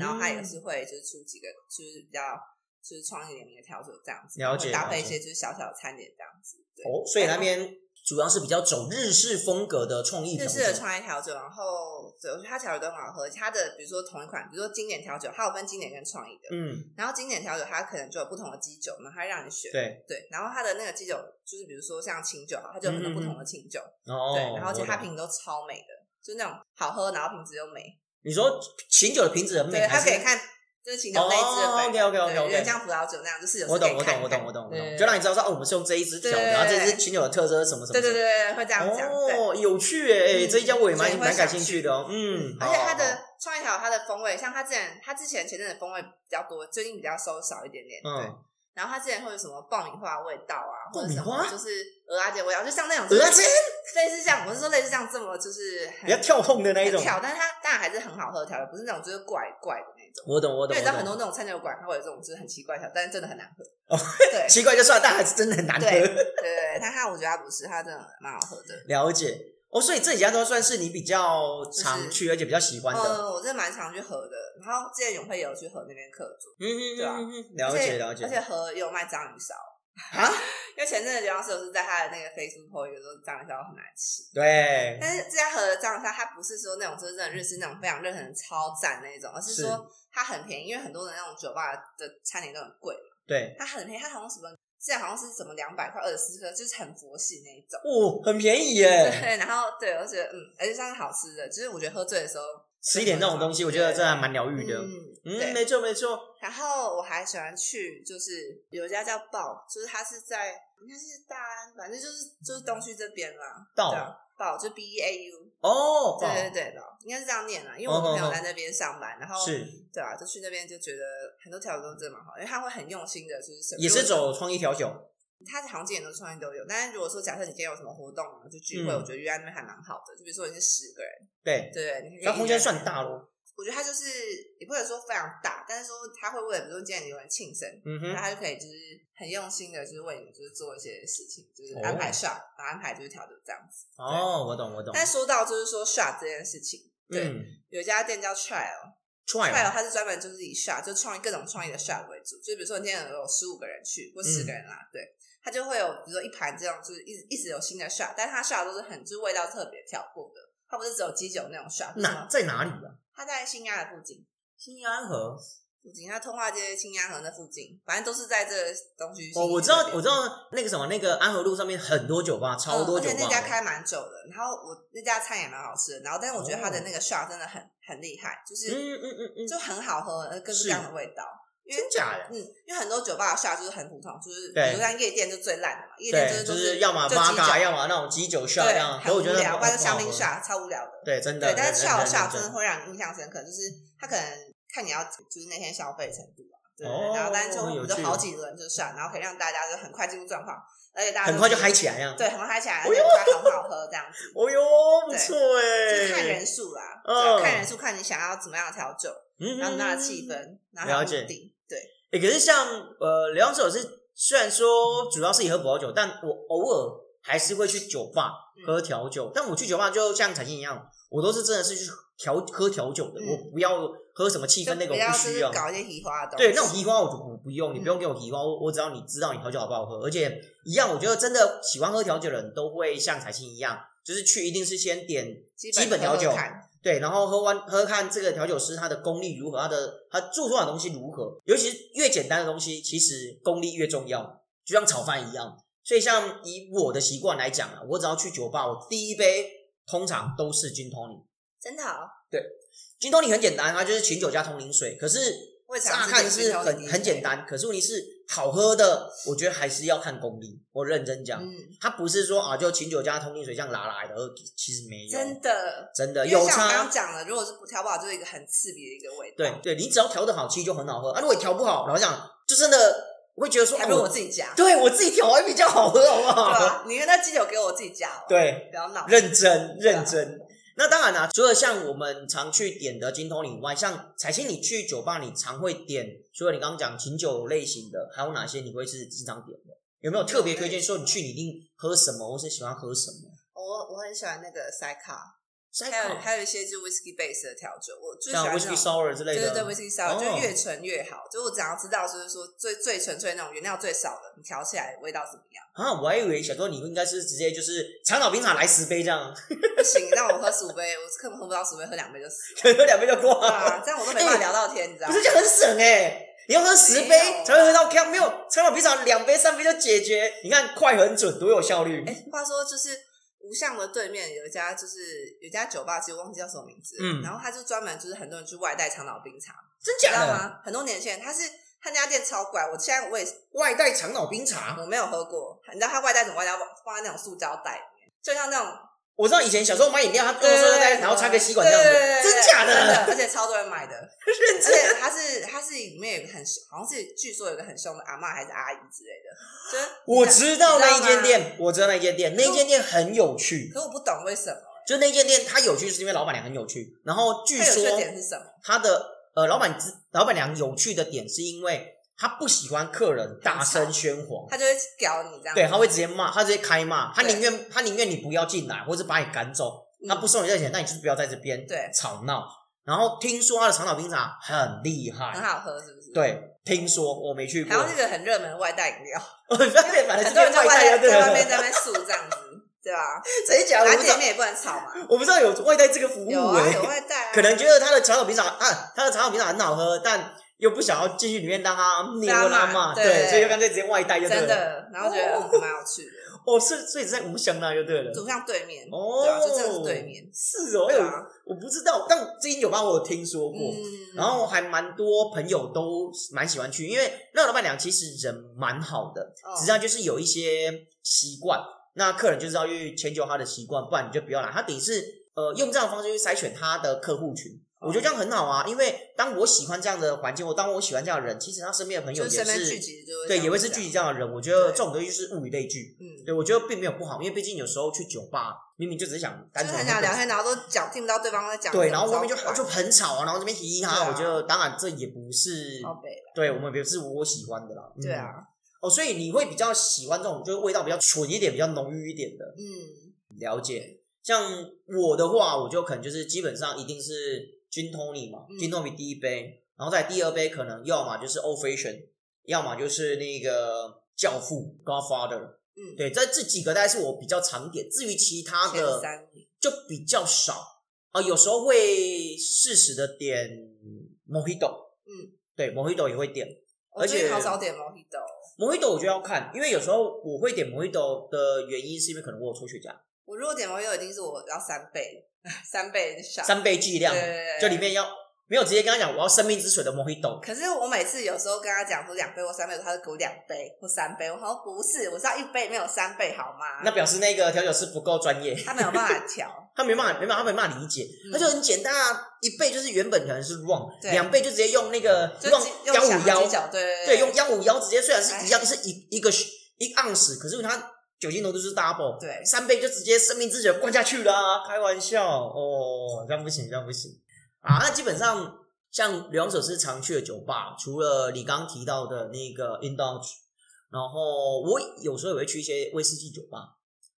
Speaker 1: 然后他也
Speaker 2: 嗯
Speaker 1: 是会就是出几个就是比较就是创意点的调酒这样子，
Speaker 2: 了解
Speaker 1: 会搭配
Speaker 2: 了
Speaker 1: 一
Speaker 2: 解
Speaker 1: 些就是小小的餐点这样子。对，
Speaker 2: 哦，所以那边主要是比较走日式风格的创意调
Speaker 1: 日
Speaker 2: 整
Speaker 1: 式的创意调酒，然后对，我觉得它调酒都很好喝。它的比如说同一款，比如说经典调酒，它有分经典跟创意的。
Speaker 2: 嗯，
Speaker 1: 然后经典调酒它可能就有不同的基酒，然后它会让你选。
Speaker 2: 对。
Speaker 1: 对，然后它的那个基酒就是比如说像清酒，啊它就有很多不同的清酒。
Speaker 2: 嗯哦，
Speaker 1: 对，然后而且它
Speaker 2: 我懂
Speaker 1: 瓶子都超美的，就那种好喝，然后瓶子又美。
Speaker 2: 你说琴酒的瓶子嗯很美，
Speaker 1: 对，
Speaker 2: 还
Speaker 1: 它
Speaker 2: 是
Speaker 1: 可以看就是清酒那一支的
Speaker 2: 哦
Speaker 1: 杯。
Speaker 2: ，OK，OK，OK，OK
Speaker 1: 对有点像葡萄酒那样，就是有时
Speaker 2: 我
Speaker 1: 候可
Speaker 2: 懂，
Speaker 1: 以
Speaker 2: 我
Speaker 1: 看
Speaker 2: 懂，
Speaker 1: 一
Speaker 2: 我
Speaker 1: 看
Speaker 2: 懂，我懂，我懂，
Speaker 1: 对
Speaker 2: 就让你知道说，哦，我们是用这一支调的，
Speaker 1: 对
Speaker 2: 然后这支琴酒的特色是什么什么。
Speaker 1: 对对
Speaker 2: 什
Speaker 1: 对对，
Speaker 2: 么
Speaker 1: 会这样讲。对
Speaker 2: 哦，有趣诶，
Speaker 1: 嗯
Speaker 2: 这一家我也
Speaker 1: 所以
Speaker 2: 蛮
Speaker 1: 会
Speaker 2: 蛮
Speaker 1: 想
Speaker 2: 感兴趣的哦。嗯，
Speaker 1: 而且它
Speaker 2: 好好好
Speaker 1: 的创意条它的风味，像它之前它之前前阵的风味比较多，最近比较收少一点点。对。
Speaker 2: 嗯，
Speaker 1: 然后它之前会有什么爆米花的味道啊，
Speaker 2: 爆
Speaker 1: 或者
Speaker 2: 米
Speaker 1: 什
Speaker 2: 花
Speaker 1: 么就是鹅阿姐味道，就像那种
Speaker 2: 鹅啊这
Speaker 1: 类似像我是说类似像这么就是很
Speaker 2: 比较跳痛的那一
Speaker 1: 很
Speaker 2: 种。
Speaker 1: 跳，但是它当然还是很好喝的调的，不是那种就是怪怪的那种。
Speaker 2: 我懂，我
Speaker 1: 因
Speaker 2: 懂。
Speaker 1: 为你知道
Speaker 2: 我
Speaker 1: 很
Speaker 2: 懂
Speaker 1: 多那种餐酒馆，它会有这种就是很奇怪的调，但是真的很难喝。
Speaker 2: 哦
Speaker 1: 对
Speaker 2: 奇怪就算了，但还是真的很难喝。
Speaker 1: 对对对，但它我觉得它不是，它真的蛮好喝的。
Speaker 2: 了解哦，所以这几家都算是你比较常去，而且比较喜欢的。
Speaker 1: 嗯，我真的蛮常去喝的。然后之前永辉也有去喝那边客座。
Speaker 2: 嗯嗯，
Speaker 1: 对啊
Speaker 2: 嗯，嗯了
Speaker 1: 而且
Speaker 2: 解了解
Speaker 1: 而。且和有卖章鱼烧
Speaker 2: 啊，
Speaker 1: 因为前阵子刘老师有是在他的那个 Facebook po 一个说章鱼烧很难吃，
Speaker 2: 对，
Speaker 1: 但是这家和的章鱼烧它不是说那种就是真的日式那种非常热很超赞那种，而是
Speaker 2: 是
Speaker 1: 说它很便宜，因为很多的那种酒吧的餐点都很贵嘛，
Speaker 2: 对，
Speaker 1: 它很便宜，它好像什么这好像是什么两百块二十四颗，就是很佛系那一种。
Speaker 2: 哦，很便宜耶。
Speaker 1: 对，然后对，我觉得嗯，而且算是好吃的，就是我觉得喝醉的时候，
Speaker 2: 吃一点这种东西，我觉得真的还蛮疗愈的。
Speaker 1: 嗯，
Speaker 2: 嗯，
Speaker 1: 对
Speaker 2: 没错没错。
Speaker 1: 然后我还喜欢去，就是有一家叫豹，就是它是在应该是大安，反正就是就是东区这边啦。对
Speaker 2: 到
Speaker 1: 啊，豹就 B E A U，
Speaker 2: 哦，
Speaker 1: 对
Speaker 2: 到
Speaker 1: 对对的，应该是这样念啦。因为我
Speaker 2: 哦哦
Speaker 1: 朋友
Speaker 2: 哦
Speaker 1: 在那边上班，然后
Speaker 2: 是
Speaker 1: 对啊，就去那边就觉得很多调酒都真的蛮好，因为他会很用心的，就是什么
Speaker 2: 也是，走创意调酒。
Speaker 1: 他好像今年都创业都有。但是如果说假设你今天有什么活动啊，就聚会，
Speaker 2: 嗯
Speaker 1: 我觉得约在那边还蛮好的。就比如说你是十个人，
Speaker 2: 对，
Speaker 1: 对，你可以
Speaker 2: 它空间
Speaker 1: 约在
Speaker 2: 算大咯。
Speaker 1: 我觉得他就是也不能说非常大，但是说他会为了比如说今天有人庆生。
Speaker 2: 嗯
Speaker 1: 那
Speaker 2: 哼，
Speaker 1: 他就可以就是很用心的，就是为你就是做一些事情，就是
Speaker 2: 哦
Speaker 1: 安排 shot，、然后安排就是调酒这样子。
Speaker 2: 哦，我懂我懂。
Speaker 1: 但说到就是说 shot 这件事情，对，
Speaker 2: 嗯
Speaker 1: 有一家店叫 trial，trial
Speaker 2: ，try
Speaker 1: 它是专门就是以 shot 就创意各种创意的 shot 为主，就比如说你今天有十五个人去或
Speaker 2: 嗯
Speaker 1: 十个人啦，对，它就会有比如说一盘这种就是一直一直有新的 shot，但是它 shot 都是很就是味道特别调过的，它不是只有基酒那种 shot，就是
Speaker 2: 哪在哪里啊？
Speaker 1: 它在新安的附近。
Speaker 2: 新安河。
Speaker 1: 附近，它通化街、青安河那附近，反正都是在这个东区。
Speaker 2: 哦，我知道，我知道那个什么，那个安和路上面很多酒吧，超多
Speaker 1: 嗯
Speaker 2: 酒吧
Speaker 1: 而
Speaker 2: 的。
Speaker 1: 且那家开蛮久的，然后我那家菜也蛮好吃的，然后但是我觉得它的那个 shot 真的很很厉害，就是、
Speaker 2: 哦嗯嗯嗯嗯，
Speaker 1: 就很好喝，呃各式各样的味道。因为
Speaker 2: 真假的？
Speaker 1: 嗯，因为很多酒吧的下就是很普通，就是比
Speaker 2: 对
Speaker 1: 如像夜店就最烂的嘛，夜店
Speaker 2: 对，
Speaker 1: 是都
Speaker 2: 是
Speaker 1: 是
Speaker 2: 要么
Speaker 1: 就
Speaker 2: 八
Speaker 1: 鸡
Speaker 2: 嘎，
Speaker 1: 酒
Speaker 2: 要么那种鸡酒下这
Speaker 1: 对，
Speaker 2: 样，所
Speaker 1: 很
Speaker 2: 以
Speaker 1: 无
Speaker 2: 我觉得
Speaker 1: 聊，
Speaker 2: 很
Speaker 1: 或者是香槟
Speaker 2: 很
Speaker 1: 下超无聊的。
Speaker 2: 对，真的
Speaker 1: 对，，但是
Speaker 2: 真
Speaker 1: 下
Speaker 2: 的
Speaker 1: 午下午
Speaker 2: 真
Speaker 1: 真
Speaker 2: 的
Speaker 1: 的会让你印象深刻，就是他可能看你要就是那天消费程度啊，对，
Speaker 2: 哦
Speaker 1: 然后但是就
Speaker 2: 很
Speaker 1: 我
Speaker 2: 有
Speaker 1: 们就
Speaker 2: 趣
Speaker 1: 好几轮就下，然后可以让大家就很快进入状况，而且大家
Speaker 2: 很快就
Speaker 1: 嗨。
Speaker 2: 嗨起来呀。
Speaker 1: 对，很嗨起来，而
Speaker 2: 哎呦
Speaker 1: 且它很好喝这样 子。
Speaker 2: 哦哟，不
Speaker 1: 对
Speaker 2: 错哎，
Speaker 1: 就是看人数啦，
Speaker 2: 嗯
Speaker 1: 对，看人数，看你想要怎么样调酒，
Speaker 2: 嗯，
Speaker 1: 然后那气氛，然后
Speaker 2: 了
Speaker 1: 目
Speaker 2: 解
Speaker 1: 的，对，
Speaker 2: 欸，可是像呃，流浪手是虽然说主要是以喝葡萄酒，但我偶尔还是会去酒吧
Speaker 1: 嗯
Speaker 2: 喝调酒。但我去酒吧就像彩欣一样，我都是真的是去调喝调酒的，
Speaker 1: 嗯
Speaker 2: 我不要喝什么气
Speaker 1: 就
Speaker 2: 氛那个
Speaker 1: 不
Speaker 2: 我
Speaker 1: 要
Speaker 2: 不
Speaker 1: 就
Speaker 2: 需
Speaker 1: 是
Speaker 2: 要。
Speaker 1: 搞一些移花的东西。
Speaker 2: 对，那种提花我就不不用，你不用给我提花，我我只要你知道你调酒好不好喝，而且一样，我觉得真的喜欢喝调酒的人都会像彩欣一样，就是去一定是先点基
Speaker 1: 基
Speaker 2: 本调
Speaker 1: 喝喝
Speaker 2: 酒
Speaker 1: 看
Speaker 2: 对，然后喝完喝看这个调酒师他的功力如何，他的他做出来的东西如何，尤其是越简单的东西，其实功力越重要，就像炒饭一样。所以像以我的习惯来讲啊，我只要去酒吧，我第一杯通常都是金 tonic。
Speaker 1: 真的哦，
Speaker 2: 金 tonic 很简单，它啊就是琴酒加通灵水，可是
Speaker 1: 我也
Speaker 2: 乍
Speaker 1: 尝试
Speaker 2: 看
Speaker 1: 点
Speaker 2: 是
Speaker 1: 金条
Speaker 2: 很
Speaker 1: 饮
Speaker 2: 很简单，啊可是问题是好喝的，我觉得还是要看功力。我认真讲，
Speaker 1: 嗯，
Speaker 2: 它不是说啊就琴酒加通灵水像拉拉的喝，其实没有，
Speaker 1: 真的。
Speaker 2: 真的
Speaker 1: 因
Speaker 2: 呃有
Speaker 1: 为像我
Speaker 2: 差。
Speaker 1: 刚刚讲了，如果是不调不好，就是一个很刺鼻的一个味道。
Speaker 2: 对对，你只要调得好，其实就很好喝。啊，如果你调不好，老实讲，就真的会觉得说，
Speaker 1: 还
Speaker 2: 啊
Speaker 1: 不如我自己加。
Speaker 2: 对我自己调还比较好喝，好不
Speaker 1: 对
Speaker 2: 好？
Speaker 1: 啊，你看那基酒给我自己加哦。，
Speaker 2: 对，
Speaker 1: 不要闹。
Speaker 2: 认真
Speaker 1: 对啊
Speaker 2: 认真。那当然啦、除了像我们常去点的金通灵以外，像彩青，你去酒吧你常会点，除了你刚刚讲琴酒类型的，还有哪些你会是经常点的？有没有特别推荐说你去你一定喝什么，或是喜欢喝什么？
Speaker 1: 我我很喜欢那个塞卡，
Speaker 2: 塞
Speaker 1: 还有
Speaker 2: 卡
Speaker 1: 还有一些就是 whisky base 的调酒，我最喜
Speaker 2: 像
Speaker 1: 欢那
Speaker 2: whisky
Speaker 1: 种
Speaker 2: sour 之类
Speaker 1: 对
Speaker 2: 的，
Speaker 1: 对对，whisky sour
Speaker 2: 哦
Speaker 1: 就越纯越好。就我只要知道，就是说最最纯粹那种原料最少的，你调起来味道怎么样？
Speaker 2: 啊，我还以为小时候你应该是直接就是长岛冰茶来十杯这样，
Speaker 1: 不行，让我喝十五杯，我根本喝不到十杯，喝两杯就死了。
Speaker 2: 可能有两杯就过
Speaker 1: 对
Speaker 2: 了。
Speaker 1: 啊，这样我都没办法聊到天，你知道
Speaker 2: 哎不
Speaker 1: 吗
Speaker 2: 是？这样很省哎、你要喝十杯
Speaker 1: 没有
Speaker 2: 才会喝到 K，没有长岛冰茶两杯三杯就解决。你看快很准，多有效率。
Speaker 1: 哎，话说就是。无相的对面有一家，就是有一家酒吧，其实我忘记叫什么名字了。
Speaker 2: 嗯
Speaker 1: 然后他就专门就是很多人去外带长岛冰茶，
Speaker 2: 真
Speaker 1: 你知
Speaker 2: 假
Speaker 1: 道
Speaker 2: 的？
Speaker 1: 吗？很多年轻人，他是他那家店超怪，我现在我也是
Speaker 2: 外带长岛冰茶，
Speaker 1: 我没有喝过，你知道他外带怎么外带？放在那种塑胶袋里面，就像那种
Speaker 2: 我知道以前小时候买饮料，他跟
Speaker 1: 对
Speaker 2: 我说
Speaker 1: 对
Speaker 2: 要带，
Speaker 1: 对，
Speaker 2: 然后插个吸管这样
Speaker 1: 对对对
Speaker 2: 子，
Speaker 1: 对
Speaker 2: 真假
Speaker 1: 真
Speaker 2: 的？
Speaker 1: 的，而且超多人买 的，
Speaker 2: 认
Speaker 1: 而
Speaker 2: 真
Speaker 1: 且它是它是里面有一个很凶，好像是据说有一个很凶的阿嬷还是阿姨之类的，就是
Speaker 2: 我知道那一间，
Speaker 1: 你吗
Speaker 2: 店，我知道那一间店，那一间店很有趣。
Speaker 1: 可我不懂为什么，
Speaker 2: 就那间店它有趣，是因为老板娘很有趣。然后据
Speaker 1: 它有趣的
Speaker 2: 说
Speaker 1: 点是什么？
Speaker 2: 他的呃老板之老板娘有趣的点，是因为她不喜欢客人大声喧哗，
Speaker 1: 他就会屌你这样，
Speaker 2: 对，他会直接骂，他直接开骂，他
Speaker 1: 对
Speaker 2: 宁愿他宁愿你不要进来，或者把你赶走，
Speaker 1: 嗯
Speaker 2: 他不收你这钱，那你就是不要在这边
Speaker 1: 对
Speaker 2: 吵闹。然后听说他的长岛冰茶很厉
Speaker 1: 很
Speaker 2: 害，
Speaker 1: 好喝是不是？。
Speaker 2: 对，听说我没去
Speaker 1: 还，嗯
Speaker 2: 过
Speaker 1: 有那个很热门的外带饮料，
Speaker 2: 对，反正
Speaker 1: 很
Speaker 2: 是
Speaker 1: 多人
Speaker 2: 变
Speaker 1: 在
Speaker 2: 外
Speaker 1: 外
Speaker 2: 带
Speaker 1: 带
Speaker 2: 就对
Speaker 1: 在外
Speaker 2: 了
Speaker 1: 面。在那边诉这样子，对吧？
Speaker 2: 谁讲？我
Speaker 1: 然
Speaker 2: 不
Speaker 1: 后
Speaker 2: 知
Speaker 1: 店，
Speaker 2: 道
Speaker 1: 面也不能吵嘛，
Speaker 2: 我不知道有外带这个服务
Speaker 1: 有啊
Speaker 2: 诶
Speaker 1: 有，外带啊，
Speaker 2: 可能觉得他的长岛冰茶啊，他的长岛冰茶很好喝，但又不想要进去里面让他捏
Speaker 1: 拉
Speaker 2: 或拉
Speaker 1: 嘛
Speaker 2: 骂，
Speaker 1: 对
Speaker 2: 对，所以就干脆直接外带就对
Speaker 1: 真
Speaker 2: 了。
Speaker 1: 的，然后觉得嗯蛮有趣的，
Speaker 2: 哦，是，所以是在无香那就对了。
Speaker 1: 就像对面，
Speaker 2: 哦
Speaker 1: 对啊，就真的是对面，
Speaker 2: 是哦，哎
Speaker 1: 对
Speaker 2: 呦，
Speaker 1: 啊，
Speaker 2: 我不知道，但这间酒吧我有听说过，
Speaker 1: 嗯，
Speaker 2: 然后还蛮多朋友都蛮喜欢去，因为那老板娘其实人蛮好的，
Speaker 1: 哦
Speaker 2: 只是她就是有一些习惯，那客人就是要去迁就她的习惯，不然你就不要来。她等于是呃用这样的方式去筛选她的客户群。
Speaker 1: 哦
Speaker 2: 我觉得这样很好啊，因为当我喜欢这样的环境，我当我喜欢这样的人，其实他身边的朋友
Speaker 1: 就
Speaker 2: 也
Speaker 1: 是身边聚
Speaker 2: 是
Speaker 1: 集就会
Speaker 2: 对，也会
Speaker 1: 这
Speaker 2: 是
Speaker 1: 样啊
Speaker 2: 聚集这样的人。我觉得
Speaker 1: 对
Speaker 2: 这种东西就是物以类聚，
Speaker 1: 嗯，
Speaker 2: 对我觉得并没有不好，因为毕竟有时候去酒吧，明明就只是想单
Speaker 1: 就是
Speaker 2: 纯
Speaker 1: 很
Speaker 2: 喝
Speaker 1: 想
Speaker 2: 个
Speaker 1: 聊天，然后都讲听不到对方在讲什么，
Speaker 2: 对，然后外面就
Speaker 1: 超烦
Speaker 2: 就很吵啊，然后这边嘻嘻哈
Speaker 1: 对
Speaker 2: 哈，
Speaker 1: 啊
Speaker 2: 我觉得当然这也不是
Speaker 1: 超北了，
Speaker 2: 对我们也不是我喜欢的啦。嗯
Speaker 1: 对，啊，
Speaker 2: 哦，所以你会比较喜欢这种就是味道比较纯一点、比较浓郁一点的。
Speaker 1: 嗯，
Speaker 2: 了解。像我的话，我就可能就是基本上一定是金 Tony 嘛，
Speaker 1: 嗯
Speaker 2: 金 Tony 第一杯，然后在第二杯可能要么就是 Old Fashion，要么就是那个教父 Godfather。
Speaker 1: 嗯
Speaker 2: 对，在这几个大概是我比较常点，至于其他
Speaker 1: 前
Speaker 2: 的
Speaker 1: 三名，
Speaker 2: 就比较少啊、有时候会适时的点 Mojito，
Speaker 1: 嗯，
Speaker 2: 对，Mojito 也会点
Speaker 1: 我最
Speaker 2: 而且
Speaker 1: 近好少点 Mojito，
Speaker 2: Mojito，我就要看，因为有时候我会点 Mojito 的原因是因为可能我有抽雪
Speaker 1: 啊
Speaker 2: 茄，
Speaker 1: 我如果点 Mojito 已经是我要三倍，三倍上，
Speaker 2: 三倍剂量，
Speaker 1: 对对对
Speaker 2: 就里面要没有直接跟他讲我要生命之水的 Mojito，
Speaker 1: 可是我每次有时候跟他讲说两杯或三杯，他就给我两杯或三杯。我说哦不是，我知道一杯没有三杯好吗？
Speaker 2: 那表示那个调酒师不够专业，
Speaker 1: 他没有办法调，
Speaker 2: 他没办法，没办法，他没办法理解，
Speaker 1: 嗯
Speaker 2: 他就很简单啊，一倍就是原本可能是 wrong，
Speaker 1: 对
Speaker 2: 两倍就直接 用那个
Speaker 1: 就
Speaker 2: wrong
Speaker 1: 用
Speaker 2: 幺
Speaker 1: 小
Speaker 2: 五幺
Speaker 1: 鸡，脚，对对
Speaker 2: 对，用幺五幺直接虽然是一样
Speaker 1: 哎
Speaker 2: 是一一个一盎司，可是它酒精浓度就是 double，
Speaker 1: 对
Speaker 2: 三杯就直接生命之水灌下去啦、开玩笑哦，这样不行，这样不行啊！那基本上像流浪手是常去的酒吧，除了你刚刚提到的那个 Indulge，然后我有时候也会去一些威士忌酒吧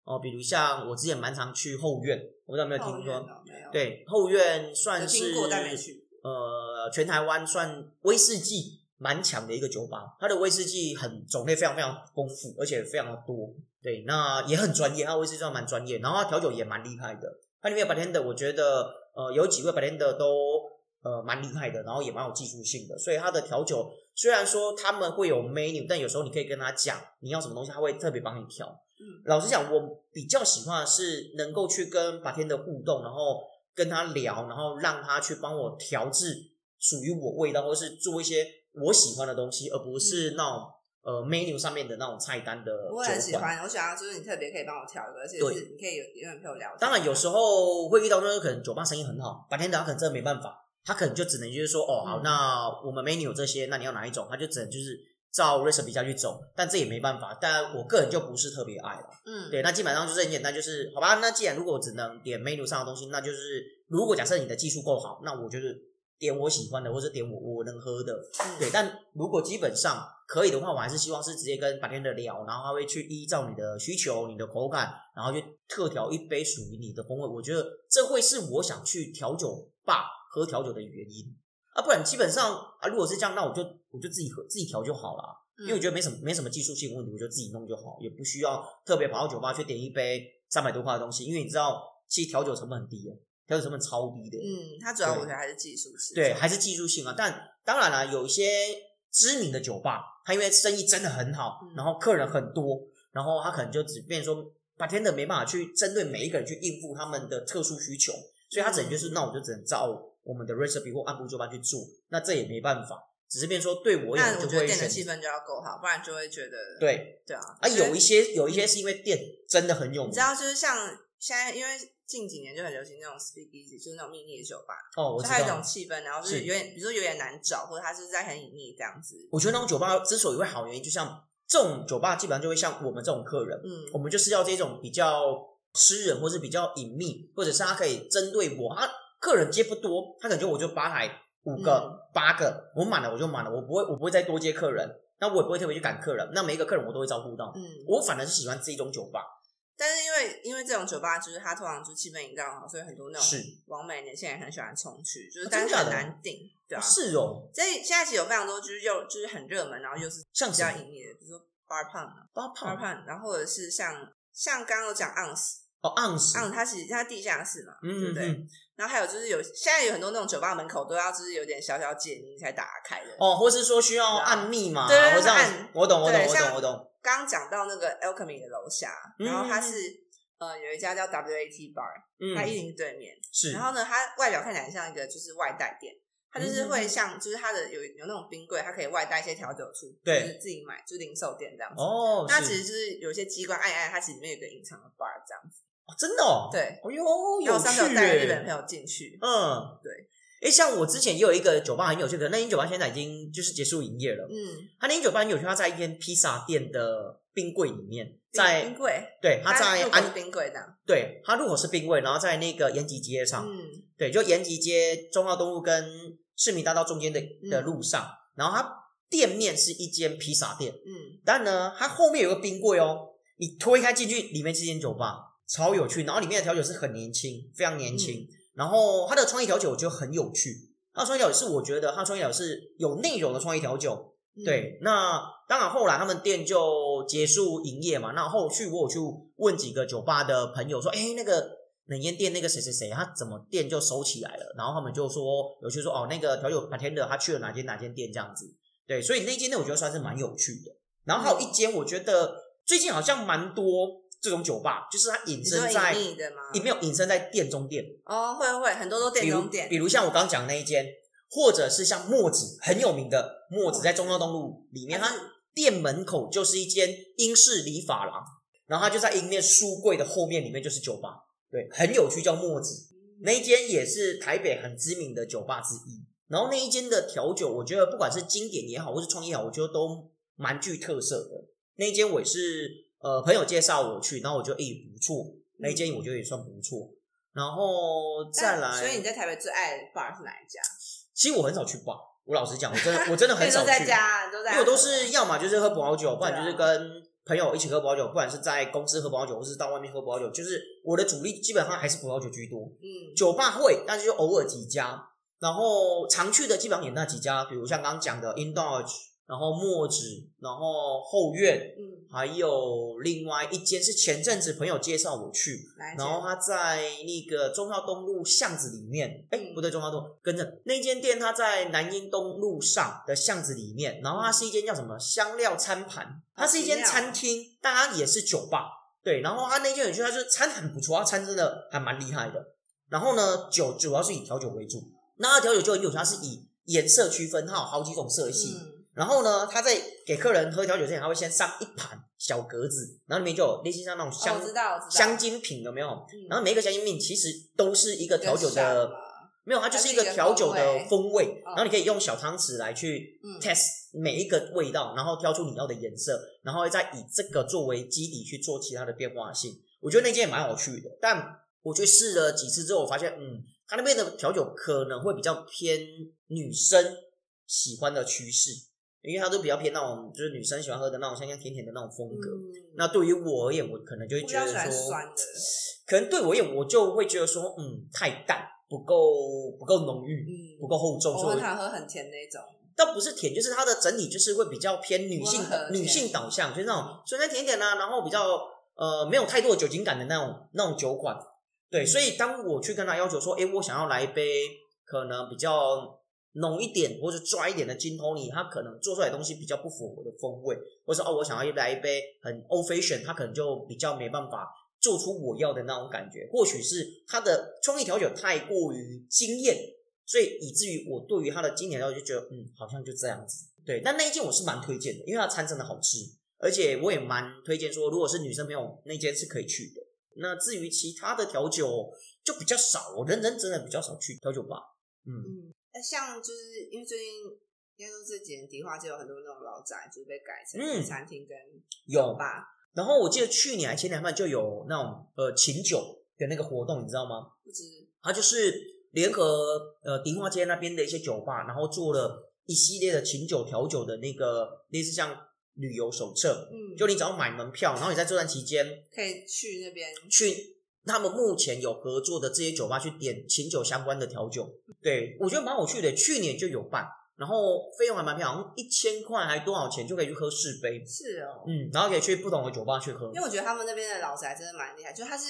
Speaker 2: 哦，比如像我之前蛮常去后院，我不知道有没有
Speaker 1: 好
Speaker 2: 听
Speaker 1: 远
Speaker 2: 说。
Speaker 1: 哦，没有，
Speaker 2: 对，后院算
Speaker 1: 有
Speaker 2: 是
Speaker 1: 听过但没去。
Speaker 2: 呃，全台湾算威士忌蛮强的一个酒吧，它的威士忌很种类非常非常丰富，而且非常的多。对，那也很专业，它威士忌算蛮专业，然后它调酒也蛮厉害的。它里面的 bartender 我觉得呃有几位 bartender 都呃蛮厉害的，然后也蛮有技术性的，所以它的调酒虽然说他们会有 menu，但有时候你可以跟他讲你要什么东西，他会特别帮你调。
Speaker 1: 嗯
Speaker 2: 老实讲，我比较喜欢的是能够去跟白天的互动，然后跟他聊，然后让他去帮我调制属于我味道，或是做一些我喜欢的东西，而不是那种、呃 menu 上面的那种菜单的
Speaker 1: 嗯我很喜
Speaker 2: 酒馆。
Speaker 1: 欢，我喜欢就是你特别可以帮我调一个，而且
Speaker 2: 对
Speaker 1: 是你可以有有人陪我聊天。
Speaker 2: 当然，有时候会遇到那个可能酒吧生意很好，白天的他可能真的没办法，他可能就只能就是说，哦，好，
Speaker 1: 嗯
Speaker 2: 那我们 menu 有这些，那你要哪一种？他就只能就是照 recipe 下去走，但这也没办法。但我个人就不是特别爱了。
Speaker 1: 嗯，
Speaker 2: 对，那基本上就是很简单，就是好吧。那既然如果我只能点 menu 上的东西，那就是如果假设你的技术够好，那我就是点我喜欢的，或者点我我能喝的。
Speaker 1: 嗯
Speaker 2: 对，但如果基本上可以的话，我还是希望是直接跟白天的聊，然后他会去依照你的需求、你的口感，然后去特调一杯属于你的风味。我觉得这会是我想去调酒吧喝调酒的原因啊，不然基本上啊，如果是这样，那我就我就自己喝自己调就好了。因为我觉
Speaker 1: 嗯
Speaker 2: 得没什么没什么技术性问题，我就自己弄就好，也不需要特别跑到酒吧去点一杯三百多块的东西，因为你知道，其实调酒成本很低的，调酒成本超低的，
Speaker 1: 嗯，他主要
Speaker 2: 对
Speaker 1: 我觉得还是技术是
Speaker 2: 对，还是技术性啊。但当然啦，有一些知名的酒吧，它因为生意真的很好，
Speaker 1: 嗯
Speaker 2: 然后客人很多，然后他可能就只变说，把天的没办法去针对每一个人去应付他们的特殊需求，所以他只
Speaker 1: 嗯
Speaker 2: 能就是，那我就只能照我们的 recipe 或按部就班去做，那这也没办法，只是变说对我也
Speaker 1: 但我
Speaker 2: 就
Speaker 1: 觉得
Speaker 2: 会
Speaker 1: 店的
Speaker 2: 选
Speaker 1: 气
Speaker 2: 择
Speaker 1: 氛就要够好，不然就会觉得
Speaker 2: 对。
Speaker 1: 对啊。
Speaker 2: 啊，
Speaker 1: 我觉得
Speaker 2: 有一些有一些是因为店真的很有
Speaker 1: 嗯你
Speaker 2: 名
Speaker 1: 知道，就是像现在，因为近几年就很流行那种 speakeasy，就是那种秘密的酒吧，
Speaker 2: 哦，我
Speaker 1: 就
Speaker 2: 知
Speaker 1: 它有一种
Speaker 2: 道。
Speaker 1: 气氛，然后就是
Speaker 2: 是
Speaker 1: 有点，比如说有点难找，或者它就是在很隐秘这样子。
Speaker 2: 我觉得那种酒吧之所以会好，原因就像这种酒吧基本上就会像我们这种客人，
Speaker 1: 嗯，
Speaker 2: 我们就是要这种比较私人，或是比较隐秘，或者是他可以针对我，他客人接不多，他可能就我就吧台五
Speaker 1: 嗯
Speaker 2: 个、八个，我满了我就满了，我不会我不会再多接客人，那我也不会特别去赶客人，那每一个客人我都会照顾到。
Speaker 1: 嗯，
Speaker 2: 我反而是喜欢这一种酒吧，
Speaker 1: 但是因为因为这种酒吧就是它通常就是气氛营造好，所以很多那种
Speaker 2: 是
Speaker 1: 网美年轻人很喜欢冲去，就是
Speaker 2: 啊
Speaker 1: 但是
Speaker 2: 真的假
Speaker 1: 很
Speaker 2: 的
Speaker 1: 难定，对啊。
Speaker 2: 是哦，
Speaker 1: 所以现在其实有非常多就是又就是很热门，然后又是
Speaker 2: 像
Speaker 1: 比
Speaker 2: 什
Speaker 1: 较
Speaker 2: 么
Speaker 1: 隐秘的，比如说 bar p u n 啊
Speaker 2: 八
Speaker 1: bar
Speaker 2: 胖
Speaker 1: p u n 然后或者是像像刚刚有讲 ounce
Speaker 2: 哦盎司，
Speaker 1: ounce 它其实它地下室嘛，对
Speaker 2: 嗯
Speaker 1: 不
Speaker 2: 嗯
Speaker 1: 对？
Speaker 2: 嗯，
Speaker 1: 然后还有就是有现在有很多那种酒吧门口都要就是有点小小解谜才打开的。
Speaker 2: 哦，或是说需要
Speaker 1: 对啊
Speaker 2: 按密码，
Speaker 1: 对
Speaker 2: 我知道
Speaker 1: 按，
Speaker 2: 我懂，我懂，
Speaker 1: 对
Speaker 2: 我懂，
Speaker 1: 像
Speaker 2: 我懂。
Speaker 1: 刚刚讲到那个 Alchemy 的楼下，
Speaker 2: 嗯
Speaker 1: 然后它是、呃有一家叫 WAT Bar，它一
Speaker 2: 嗯，
Speaker 1: 零对面。
Speaker 2: 是，
Speaker 1: 然后呢，它外表看起来像一个就是外带店，它就是
Speaker 2: 嗯
Speaker 1: 会像就是它的有有那种冰柜，它可以外带一些调酒出，
Speaker 2: 对
Speaker 1: 就是自己买，就是零售店这样子。
Speaker 2: 哦，
Speaker 1: 那
Speaker 2: 是
Speaker 1: 其实就是有一些机关按一按，它其实里面有个隐藏的 bar 这样子。
Speaker 2: 哦真的哦，，
Speaker 1: 对，
Speaker 2: 哎呦，
Speaker 1: 然后
Speaker 2: 有
Speaker 1: 我上次
Speaker 2: 趣
Speaker 1: 有带了日本
Speaker 2: 耶，
Speaker 1: 朋友进去，
Speaker 2: 嗯，
Speaker 1: 对。
Speaker 2: 哎，像我之前也有一个酒吧很有趣，可能那间酒吧现在已经就是结束营业了。
Speaker 1: 嗯，
Speaker 2: 他那间酒吧很有趣，他在一间披萨店的冰柜里面，
Speaker 1: 冰冰
Speaker 2: 在
Speaker 1: 柜，
Speaker 2: 对，他在
Speaker 1: 入口是
Speaker 2: 安
Speaker 1: 冰柜这样，
Speaker 2: 对，他入口是冰柜，然后在那个延吉街上，
Speaker 1: 嗯
Speaker 2: 对，就延吉街中澳东路跟市民大道中间的的
Speaker 1: 嗯
Speaker 2: 路上，然后他店面是一间披萨店。
Speaker 1: 嗯，
Speaker 2: 但呢，它后面有个冰柜哦，你推开进去，里面是间酒吧，超有趣。然后里面的调酒师很年轻，非常年轻。然后它的创意调酒我觉得很有趣，它的创意调酒是我觉得它的创意调酒是有内容的创意调酒。
Speaker 1: 嗯，
Speaker 2: 对，那当然后来他们店就结束营业嘛。那后续我有去问几个酒吧的朋友说，哎，那个。冷烟店那个谁谁谁，他怎么店就收起来了？然后他们就说，有去说哦，那个调酒 bartender 他去了哪间哪间店这样子。对，所以那间店我觉得算是蛮有趣的。
Speaker 1: 嗯
Speaker 2: 然后还有一间，我觉得最近好像蛮多这种酒吧，就是它隐
Speaker 1: 你说
Speaker 2: 身在
Speaker 1: 隐秘的吗？
Speaker 2: 也没有隐身在店中店，
Speaker 1: 哦，会会，很多都
Speaker 2: 比
Speaker 1: 店
Speaker 2: 如
Speaker 1: 中店
Speaker 2: 比，如像我刚刚讲的那一间，或者是像墨子很有名的墨子，在中央东路里面，
Speaker 1: 嗯
Speaker 2: 他店门口就是一间英式理发廊，然后他就在一面书柜的后面，里面就是酒吧，对，很有趣，叫墨子那一间也是台北很知名的酒吧之一。然后那一间的调酒，我觉得不管是经典也好，或是创意也好，我觉得都蛮具特色的。那一间我也是呃朋友介绍我去，然后我觉得诶、不错，那一间我觉得也算不错。然后再来，
Speaker 1: 所以你在台北最爱的 bar 是哪一家？
Speaker 2: 其实我很少去吧，我老实讲，我 真的我真的很
Speaker 1: 所以
Speaker 2: 少
Speaker 1: 都
Speaker 2: 去，
Speaker 1: 在家，都在，
Speaker 2: 因为我都是要么就是喝葡萄酒，不然就是
Speaker 1: 对啊
Speaker 2: 跟朋友一起喝葡萄酒，不然是在公司喝葡萄酒，或是到外面喝葡萄酒。就是我的主力基本上还是葡萄酒居多，
Speaker 1: 嗯，
Speaker 2: 酒吧会，但是就偶尔几家，然后常去的基本上也那几家，比如像刚刚讲的 Indulge，然后墨子，然后后院，
Speaker 1: 嗯，
Speaker 2: 还有另外一间是前阵子朋友介绍我去，
Speaker 1: 哪一
Speaker 2: 然后
Speaker 1: 家？
Speaker 2: 它在那个忠孝东路巷子里面，哎、
Speaker 1: 嗯
Speaker 2: 不对，忠孝东路跟着那间店，它在南英东路上的巷子里面。然后它是一间叫什么香料餐
Speaker 1: 哦
Speaker 2: 盘，它是一间餐厅，但它也是酒吧。对，然后它那间很趣，它就是餐很不错，它餐真的还蛮厉害的。然后呢，酒主要是以调酒为主，那它调酒就很有趣，它是以颜色区分，它有好几种色系。
Speaker 1: 嗯，
Speaker 2: 然后呢，他在给客人喝调酒之前，他会先上一盘小格子，然后里面就有类似像那种
Speaker 1: 哦
Speaker 2: 香、
Speaker 1: 我知道，我知道，
Speaker 2: 香精品有没有？
Speaker 1: 嗯
Speaker 2: 然后每一个香精品其实都是一个调酒
Speaker 1: 跟上
Speaker 2: 的，
Speaker 1: 嘛
Speaker 2: 没有，它就是一个调酒的风
Speaker 1: 嗯
Speaker 2: 味。然后你可以用小汤匙来去
Speaker 1: 嗯
Speaker 2: test 每一个味道，然后挑出你要的颜色，然后再以这个作为基底去做其他的变化性。我觉得那间也蛮有趣的，但我去试了几次之后，我发现，嗯，它那边的调酒可能会比较偏女生喜欢的趋势，因为它都比较偏那种就是女生喜欢喝的那种香香甜甜的那种风格。
Speaker 1: 嗯，
Speaker 2: 那对于我而言，我可能就会
Speaker 1: 我比
Speaker 2: 觉
Speaker 1: 较
Speaker 2: 得
Speaker 1: 喜欢
Speaker 2: 说，
Speaker 1: 酸的，
Speaker 2: 可能对我而言，我就会觉得说，嗯，太淡，不够不够浓郁，
Speaker 1: 嗯，
Speaker 2: 不够厚重，
Speaker 1: 我
Speaker 2: 所
Speaker 1: 很
Speaker 2: 以我
Speaker 1: 常喝很甜那种，
Speaker 2: 倒不是甜，就是它的整体就是会比较偏女性
Speaker 1: 温和嗯
Speaker 2: 女
Speaker 1: 甜
Speaker 2: 性导向，就是那种酸酸甜甜啊，然后比较呃没有太多的酒精感的那种那种酒款。
Speaker 1: 嗯
Speaker 2: 对，所以当我去跟他要求说，诶，我想要来一杯可能比较浓一点或者抓一点的金托尼，它可能做出来的东西比较不符合我的风味，或者说哦，我想要来一杯很 old fashion，它可能就比较没办法做出我要的那种感觉。或许是它的创意调酒太过于惊艳，所以以至于我对于它的经典料理就觉得，嗯，好像就这样子。对，但那一件我是蛮推荐的，因为它的餐真的好吃，而且我也蛮推荐说，如果是女生朋友那间是可以去的。那至于其他的调酒就比较少，我认真真的比较少去调酒吧。嗯，
Speaker 1: 嗯，那像就是因为最近应该说这几年迪化街有很多那种老宅，就是被改
Speaker 2: 嗯
Speaker 1: 成餐厅跟
Speaker 2: 有。
Speaker 1: 吧，
Speaker 2: 然后我记得去年还前年吧就有那种呃琴酒的那个活动，你知道吗？
Speaker 1: 不止
Speaker 2: 它就是联合呃迪化街那边的一些酒吧，然后做了一系列的琴酒调酒的那个类似像旅游手册，
Speaker 1: 嗯，
Speaker 2: 就你只要买门票，然后你在这段期间
Speaker 1: 可以去那边
Speaker 2: 去他们目前有合作的这些酒吧去点琴酒相关的调酒。对，我觉得蛮有趣的，去年就有办，然后费用还蛮便宜，好像一千块还多少钱就可以去喝四杯，
Speaker 1: 是哦，
Speaker 2: 嗯，然后可以去不同的酒吧去喝
Speaker 1: 因。为我觉得他们那边的老宅真的蛮厉害，就它是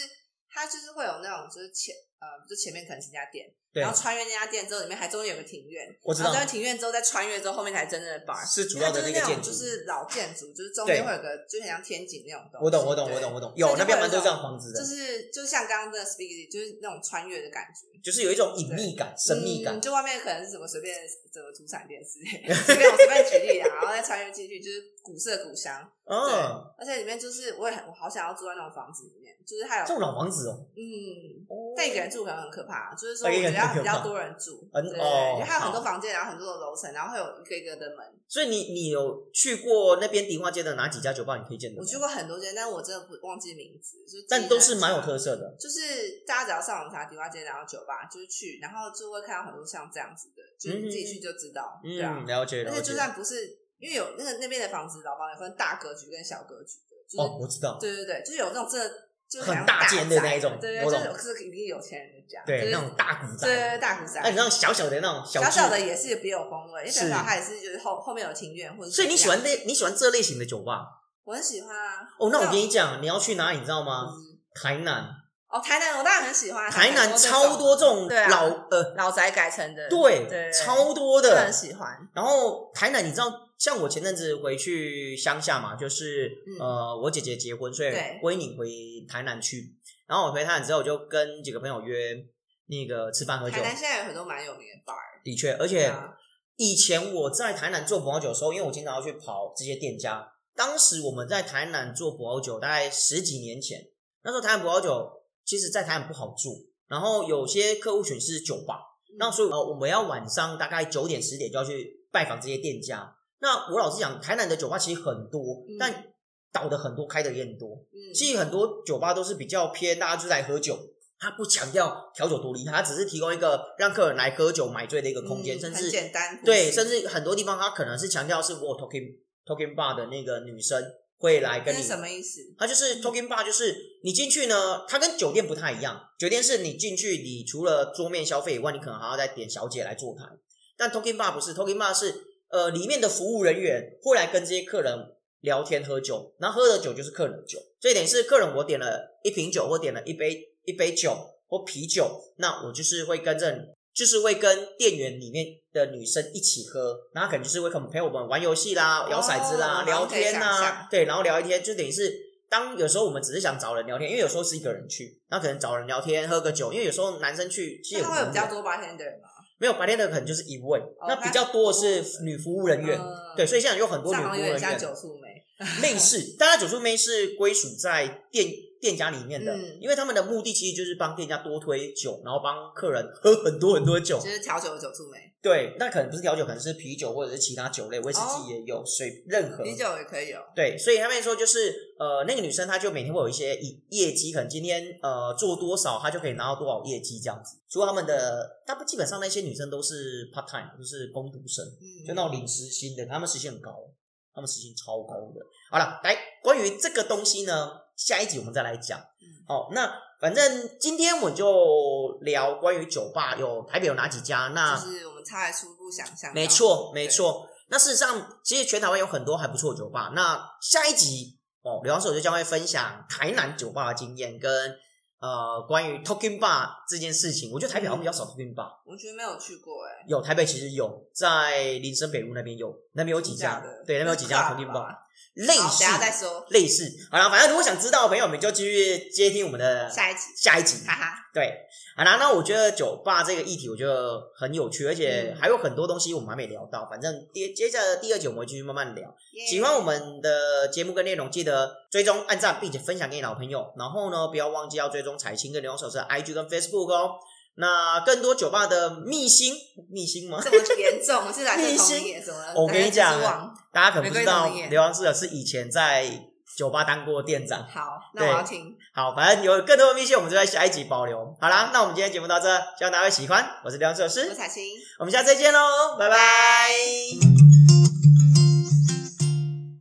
Speaker 1: 它就是会有那种就是前呃就前面可能是一家店，
Speaker 2: 对
Speaker 1: 然，后穿越那家店之后，里面还中间有个庭院，
Speaker 2: 我知
Speaker 1: 然后
Speaker 2: 道
Speaker 1: 在庭院之后再穿越之后，后面才真正的 bar。
Speaker 2: 是主要的
Speaker 1: 它啊
Speaker 2: 那
Speaker 1: 就是
Speaker 2: 个
Speaker 1: 种
Speaker 2: 建筑
Speaker 1: 就。是老建筑，就是中
Speaker 2: 对
Speaker 1: 间会有个就很像天井那种东西。
Speaker 2: 我懂，我懂，
Speaker 1: 对
Speaker 2: 我懂，。我懂。
Speaker 1: 以
Speaker 2: 有
Speaker 1: 就
Speaker 2: 那边
Speaker 1: 会有
Speaker 2: 蛮多
Speaker 1: 一
Speaker 2: 这样房子的，
Speaker 1: 就是就像刚刚的 speak，就是那种穿越的感觉，
Speaker 2: 就是有一种隐秘感、神秘感
Speaker 1: 嗯。就外面可能是什么随便什么土产店之类 的，随便我随便举例啊，然后再穿越进去，就是古色古香。
Speaker 2: 嗯，
Speaker 1: 而且里面就是我也很我好想要住在那种房子里面，就是还有
Speaker 2: 这种老房子哦，
Speaker 1: 嗯，
Speaker 2: 哦
Speaker 1: 但一个人住可能很可怕，就是说
Speaker 2: 啊
Speaker 1: 我
Speaker 2: 一个
Speaker 1: 觉
Speaker 2: 人
Speaker 1: 得要
Speaker 2: 很可怕
Speaker 1: 比较多人住，
Speaker 2: 嗯
Speaker 1: 对对
Speaker 2: 哦
Speaker 1: 对，因为它有很多
Speaker 2: 好
Speaker 1: 房间，然后很多的楼层，然后会有一个一个的门。
Speaker 2: 所以你你有去过那边迪化街的哪几家酒吧？你推荐的吗？
Speaker 1: 我去过很多间，但我真的不忘记名字，就记
Speaker 2: 但
Speaker 1: 得
Speaker 2: 都是蛮有
Speaker 1: 很清楚
Speaker 2: 特色的。
Speaker 1: 就是大家只要上网查迪化街，然后酒吧就是去，然后就会看到很多像这样子的，就是你自己去就知道，对啊
Speaker 2: 嗯，。了解
Speaker 1: 而
Speaker 2: 了
Speaker 1: 且
Speaker 2: 解
Speaker 1: 就。算不是，因为有那个那边的房子，老房有分大格局跟小格局的，就是、
Speaker 2: 哦，我知道。
Speaker 1: 对对对，就是有那种真的就是
Speaker 2: 很
Speaker 1: 像
Speaker 2: 大间的
Speaker 1: 宅
Speaker 2: 那一种
Speaker 1: 对对，就
Speaker 2: 我
Speaker 1: 是
Speaker 2: 懂
Speaker 1: 有是一定有钱人的家，就
Speaker 2: 对，
Speaker 1: 是
Speaker 2: 那种大古
Speaker 1: 对对对
Speaker 2: 宅。
Speaker 1: 大古宅，
Speaker 2: 那你那种小小的那种小
Speaker 1: 小小的
Speaker 2: 聚
Speaker 1: 也是别有风味，因为
Speaker 2: 是
Speaker 1: 小小它也是就是后后面有庭院或者。
Speaker 2: 所以你喜？欢那你喜欢这类型的酒吧？
Speaker 1: 我很喜欢啊。嗯
Speaker 2: 哦，那我跟
Speaker 1: 你
Speaker 2: 你讲，你要去哪里，你知道吗？台南，
Speaker 1: 哦，台南我当然很喜欢，
Speaker 2: 啊
Speaker 1: 啊
Speaker 2: 台南
Speaker 1: 多
Speaker 2: 超多这种
Speaker 1: 对啊
Speaker 2: 老
Speaker 1: 这
Speaker 2: 呃，
Speaker 1: 种老宅改成的，
Speaker 2: 对，
Speaker 1: 对
Speaker 2: 超多
Speaker 1: 我
Speaker 2: 的
Speaker 1: 很。喜欢。
Speaker 2: 然后台南，你知道，像我前阵子回去乡下嘛，就是、
Speaker 1: 嗯
Speaker 2: 呃，我姐姐结婚，所以
Speaker 1: 对
Speaker 2: 归你回台南去。然后我回台南之后，我就跟几个朋友约那个吃饭喝酒
Speaker 1: 台。南现在有很多蛮有名的 bar，
Speaker 2: 的确，而
Speaker 1: 对
Speaker 2: 且
Speaker 1: 啊
Speaker 2: 以前我在台南做葡萄酒的时候，因为我经常要去跑这些店家。当时我们在台南做葡萄酒，大概十几年前，那时候台南葡萄酒其实，在台南不好做，然后有些客户群是酒吧，那所以呃，我们要晚上大概九点十点就要去拜访这些店家。那我老实讲，台南的酒吧其实很多，
Speaker 1: 嗯
Speaker 2: 但倒的很多，开的也很多。
Speaker 1: 嗯，
Speaker 2: 其实很多酒吧都是比较偏大家就是来喝酒，他不强调调酒多厉害，他只是提供一个让客人来喝酒买醉的一个空间，
Speaker 1: 嗯
Speaker 2: 甚
Speaker 1: 很
Speaker 2: 至
Speaker 1: 简单，
Speaker 2: 对，甚至很多地方他可能是强调是我 talking talking bar 的那个女生会来
Speaker 1: 那
Speaker 2: 跟你
Speaker 1: 是什么意思？
Speaker 2: 它就是 talking bar，就是你进去呢，它跟酒店不太一样。酒店是你进去，你除了桌面消费以外，你可能还要再点小姐来坐台。但 talking bar 不是，talking bar 是呃里面的服务人员会来跟这些客人聊天喝酒，然后喝的酒就是客人的酒。这一点是客人我点了一瓶酒或点了一杯一杯酒或啤酒，那我就是会跟着。就是会跟店员里面的女生一起喝，然后可能就是会跟我们陪我们玩游戏啦、摇骰子啦、
Speaker 1: 哦
Speaker 2: 聊天
Speaker 1: 可以
Speaker 2: 啦、
Speaker 1: 想象
Speaker 2: 对，然后聊一天，就等于是当有时候我们只是想找人聊天，因为有时候是一个人去，那可能找人聊天喝个酒，因为有时候男生去其
Speaker 1: 那
Speaker 2: 实也
Speaker 1: 他会有
Speaker 2: 无
Speaker 1: 比较
Speaker 2: 聊
Speaker 1: 多哦 bartender 吗？
Speaker 2: 没有白天的可能就是一位，那比
Speaker 1: 他
Speaker 2: 较多的是
Speaker 1: 哦
Speaker 2: 女服务人员，
Speaker 1: 嗯
Speaker 2: 对，所以现在有很多
Speaker 1: 这
Speaker 2: 女
Speaker 1: 样好
Speaker 2: 服务
Speaker 1: 像有点
Speaker 2: 人
Speaker 1: 像
Speaker 2: 员
Speaker 1: 酒醋梅，
Speaker 2: 类似，但它酒醋妹是归属在店店家里面的，
Speaker 1: 嗯
Speaker 2: 因为他们的目的其实就是帮店家多推酒，然后帮客人喝很多很多酒
Speaker 1: 就，是调酒的酒醋梅，
Speaker 2: 对，那可能不是调酒，可能是啤酒或者是其他酒类，威士
Speaker 1: 哦
Speaker 2: 忌也有，水任何
Speaker 1: 啤酒也可以有。
Speaker 2: 对，所以他们说就是呃，那个女生她就每天会有一些业业绩，可能今天呃做多少，她就可以拿到多少业绩这样子。除了他们的，大部基本上那些女生都是 part time，就是工读生，
Speaker 1: 嗯，
Speaker 2: 就那种领时薪的，他们时薪很高，他们时薪超高的。好了，来关于这个东西呢，下一集我们再来讲。
Speaker 1: 嗯
Speaker 2: 好，那反正今天我就聊关于酒吧有台北有哪几家，那
Speaker 1: 就是我们差点初步想象到，
Speaker 2: 啊没错，
Speaker 1: 对
Speaker 2: 没。错。那事实上，其实全台湾有很多还不错的酒吧。那下一集哦，刘老师我就将会分享台南酒吧的经验跟呃关于 Talking Bar 这件事情。我觉得台北好像比
Speaker 1: 嗯
Speaker 2: 较少 Talking Bar，
Speaker 1: 我觉得没有去过哎，
Speaker 2: 有台北其实有在林森北路那边有，那边有几家
Speaker 1: 真的假的，
Speaker 2: 对，那边有几家
Speaker 1: 那
Speaker 2: Talking
Speaker 1: 是
Speaker 2: Bar
Speaker 1: club
Speaker 2: 类
Speaker 1: 好，等一下再
Speaker 2: 似
Speaker 1: 说
Speaker 2: 类似。好了，反正如果想知道的朋友们就继续接听我们的
Speaker 1: 下一集，
Speaker 2: 下一集。
Speaker 1: 哈哈，
Speaker 2: 对，好啦，那我觉得酒吧这个议题，我觉得很有趣，而
Speaker 1: 嗯
Speaker 2: 且还有很多东西我们还没聊到。反正接接下来第二集我们会继续慢慢聊。
Speaker 1: 耶
Speaker 2: 喜欢我们的节目跟内容，记得追踪、按赞，并且分享给你老朋友。然后呢，不要忘记要追踪彩青跟刘老师的 IG 跟 Facebook 哦。那更多酒吧的秘辛，秘辛吗？
Speaker 1: 这么严重，是来自
Speaker 2: 你
Speaker 1: 同
Speaker 2: 先
Speaker 1: 一夜怎么了？
Speaker 2: 我跟你讲啊
Speaker 1: 来自网
Speaker 2: 大家可能不知道
Speaker 1: 玫瑰农业，
Speaker 2: 刘老师是以前在酒吧当过店长。
Speaker 1: 好，那我要
Speaker 2: 对嗯
Speaker 1: 听，
Speaker 2: 好，反正有更多的秘辛，我们就在下一集保留。好啦，那我们今天节目到这，希望大家会喜欢。我是刘老师老师，
Speaker 1: 我彩青。
Speaker 2: 我们下次再见喽，拜拜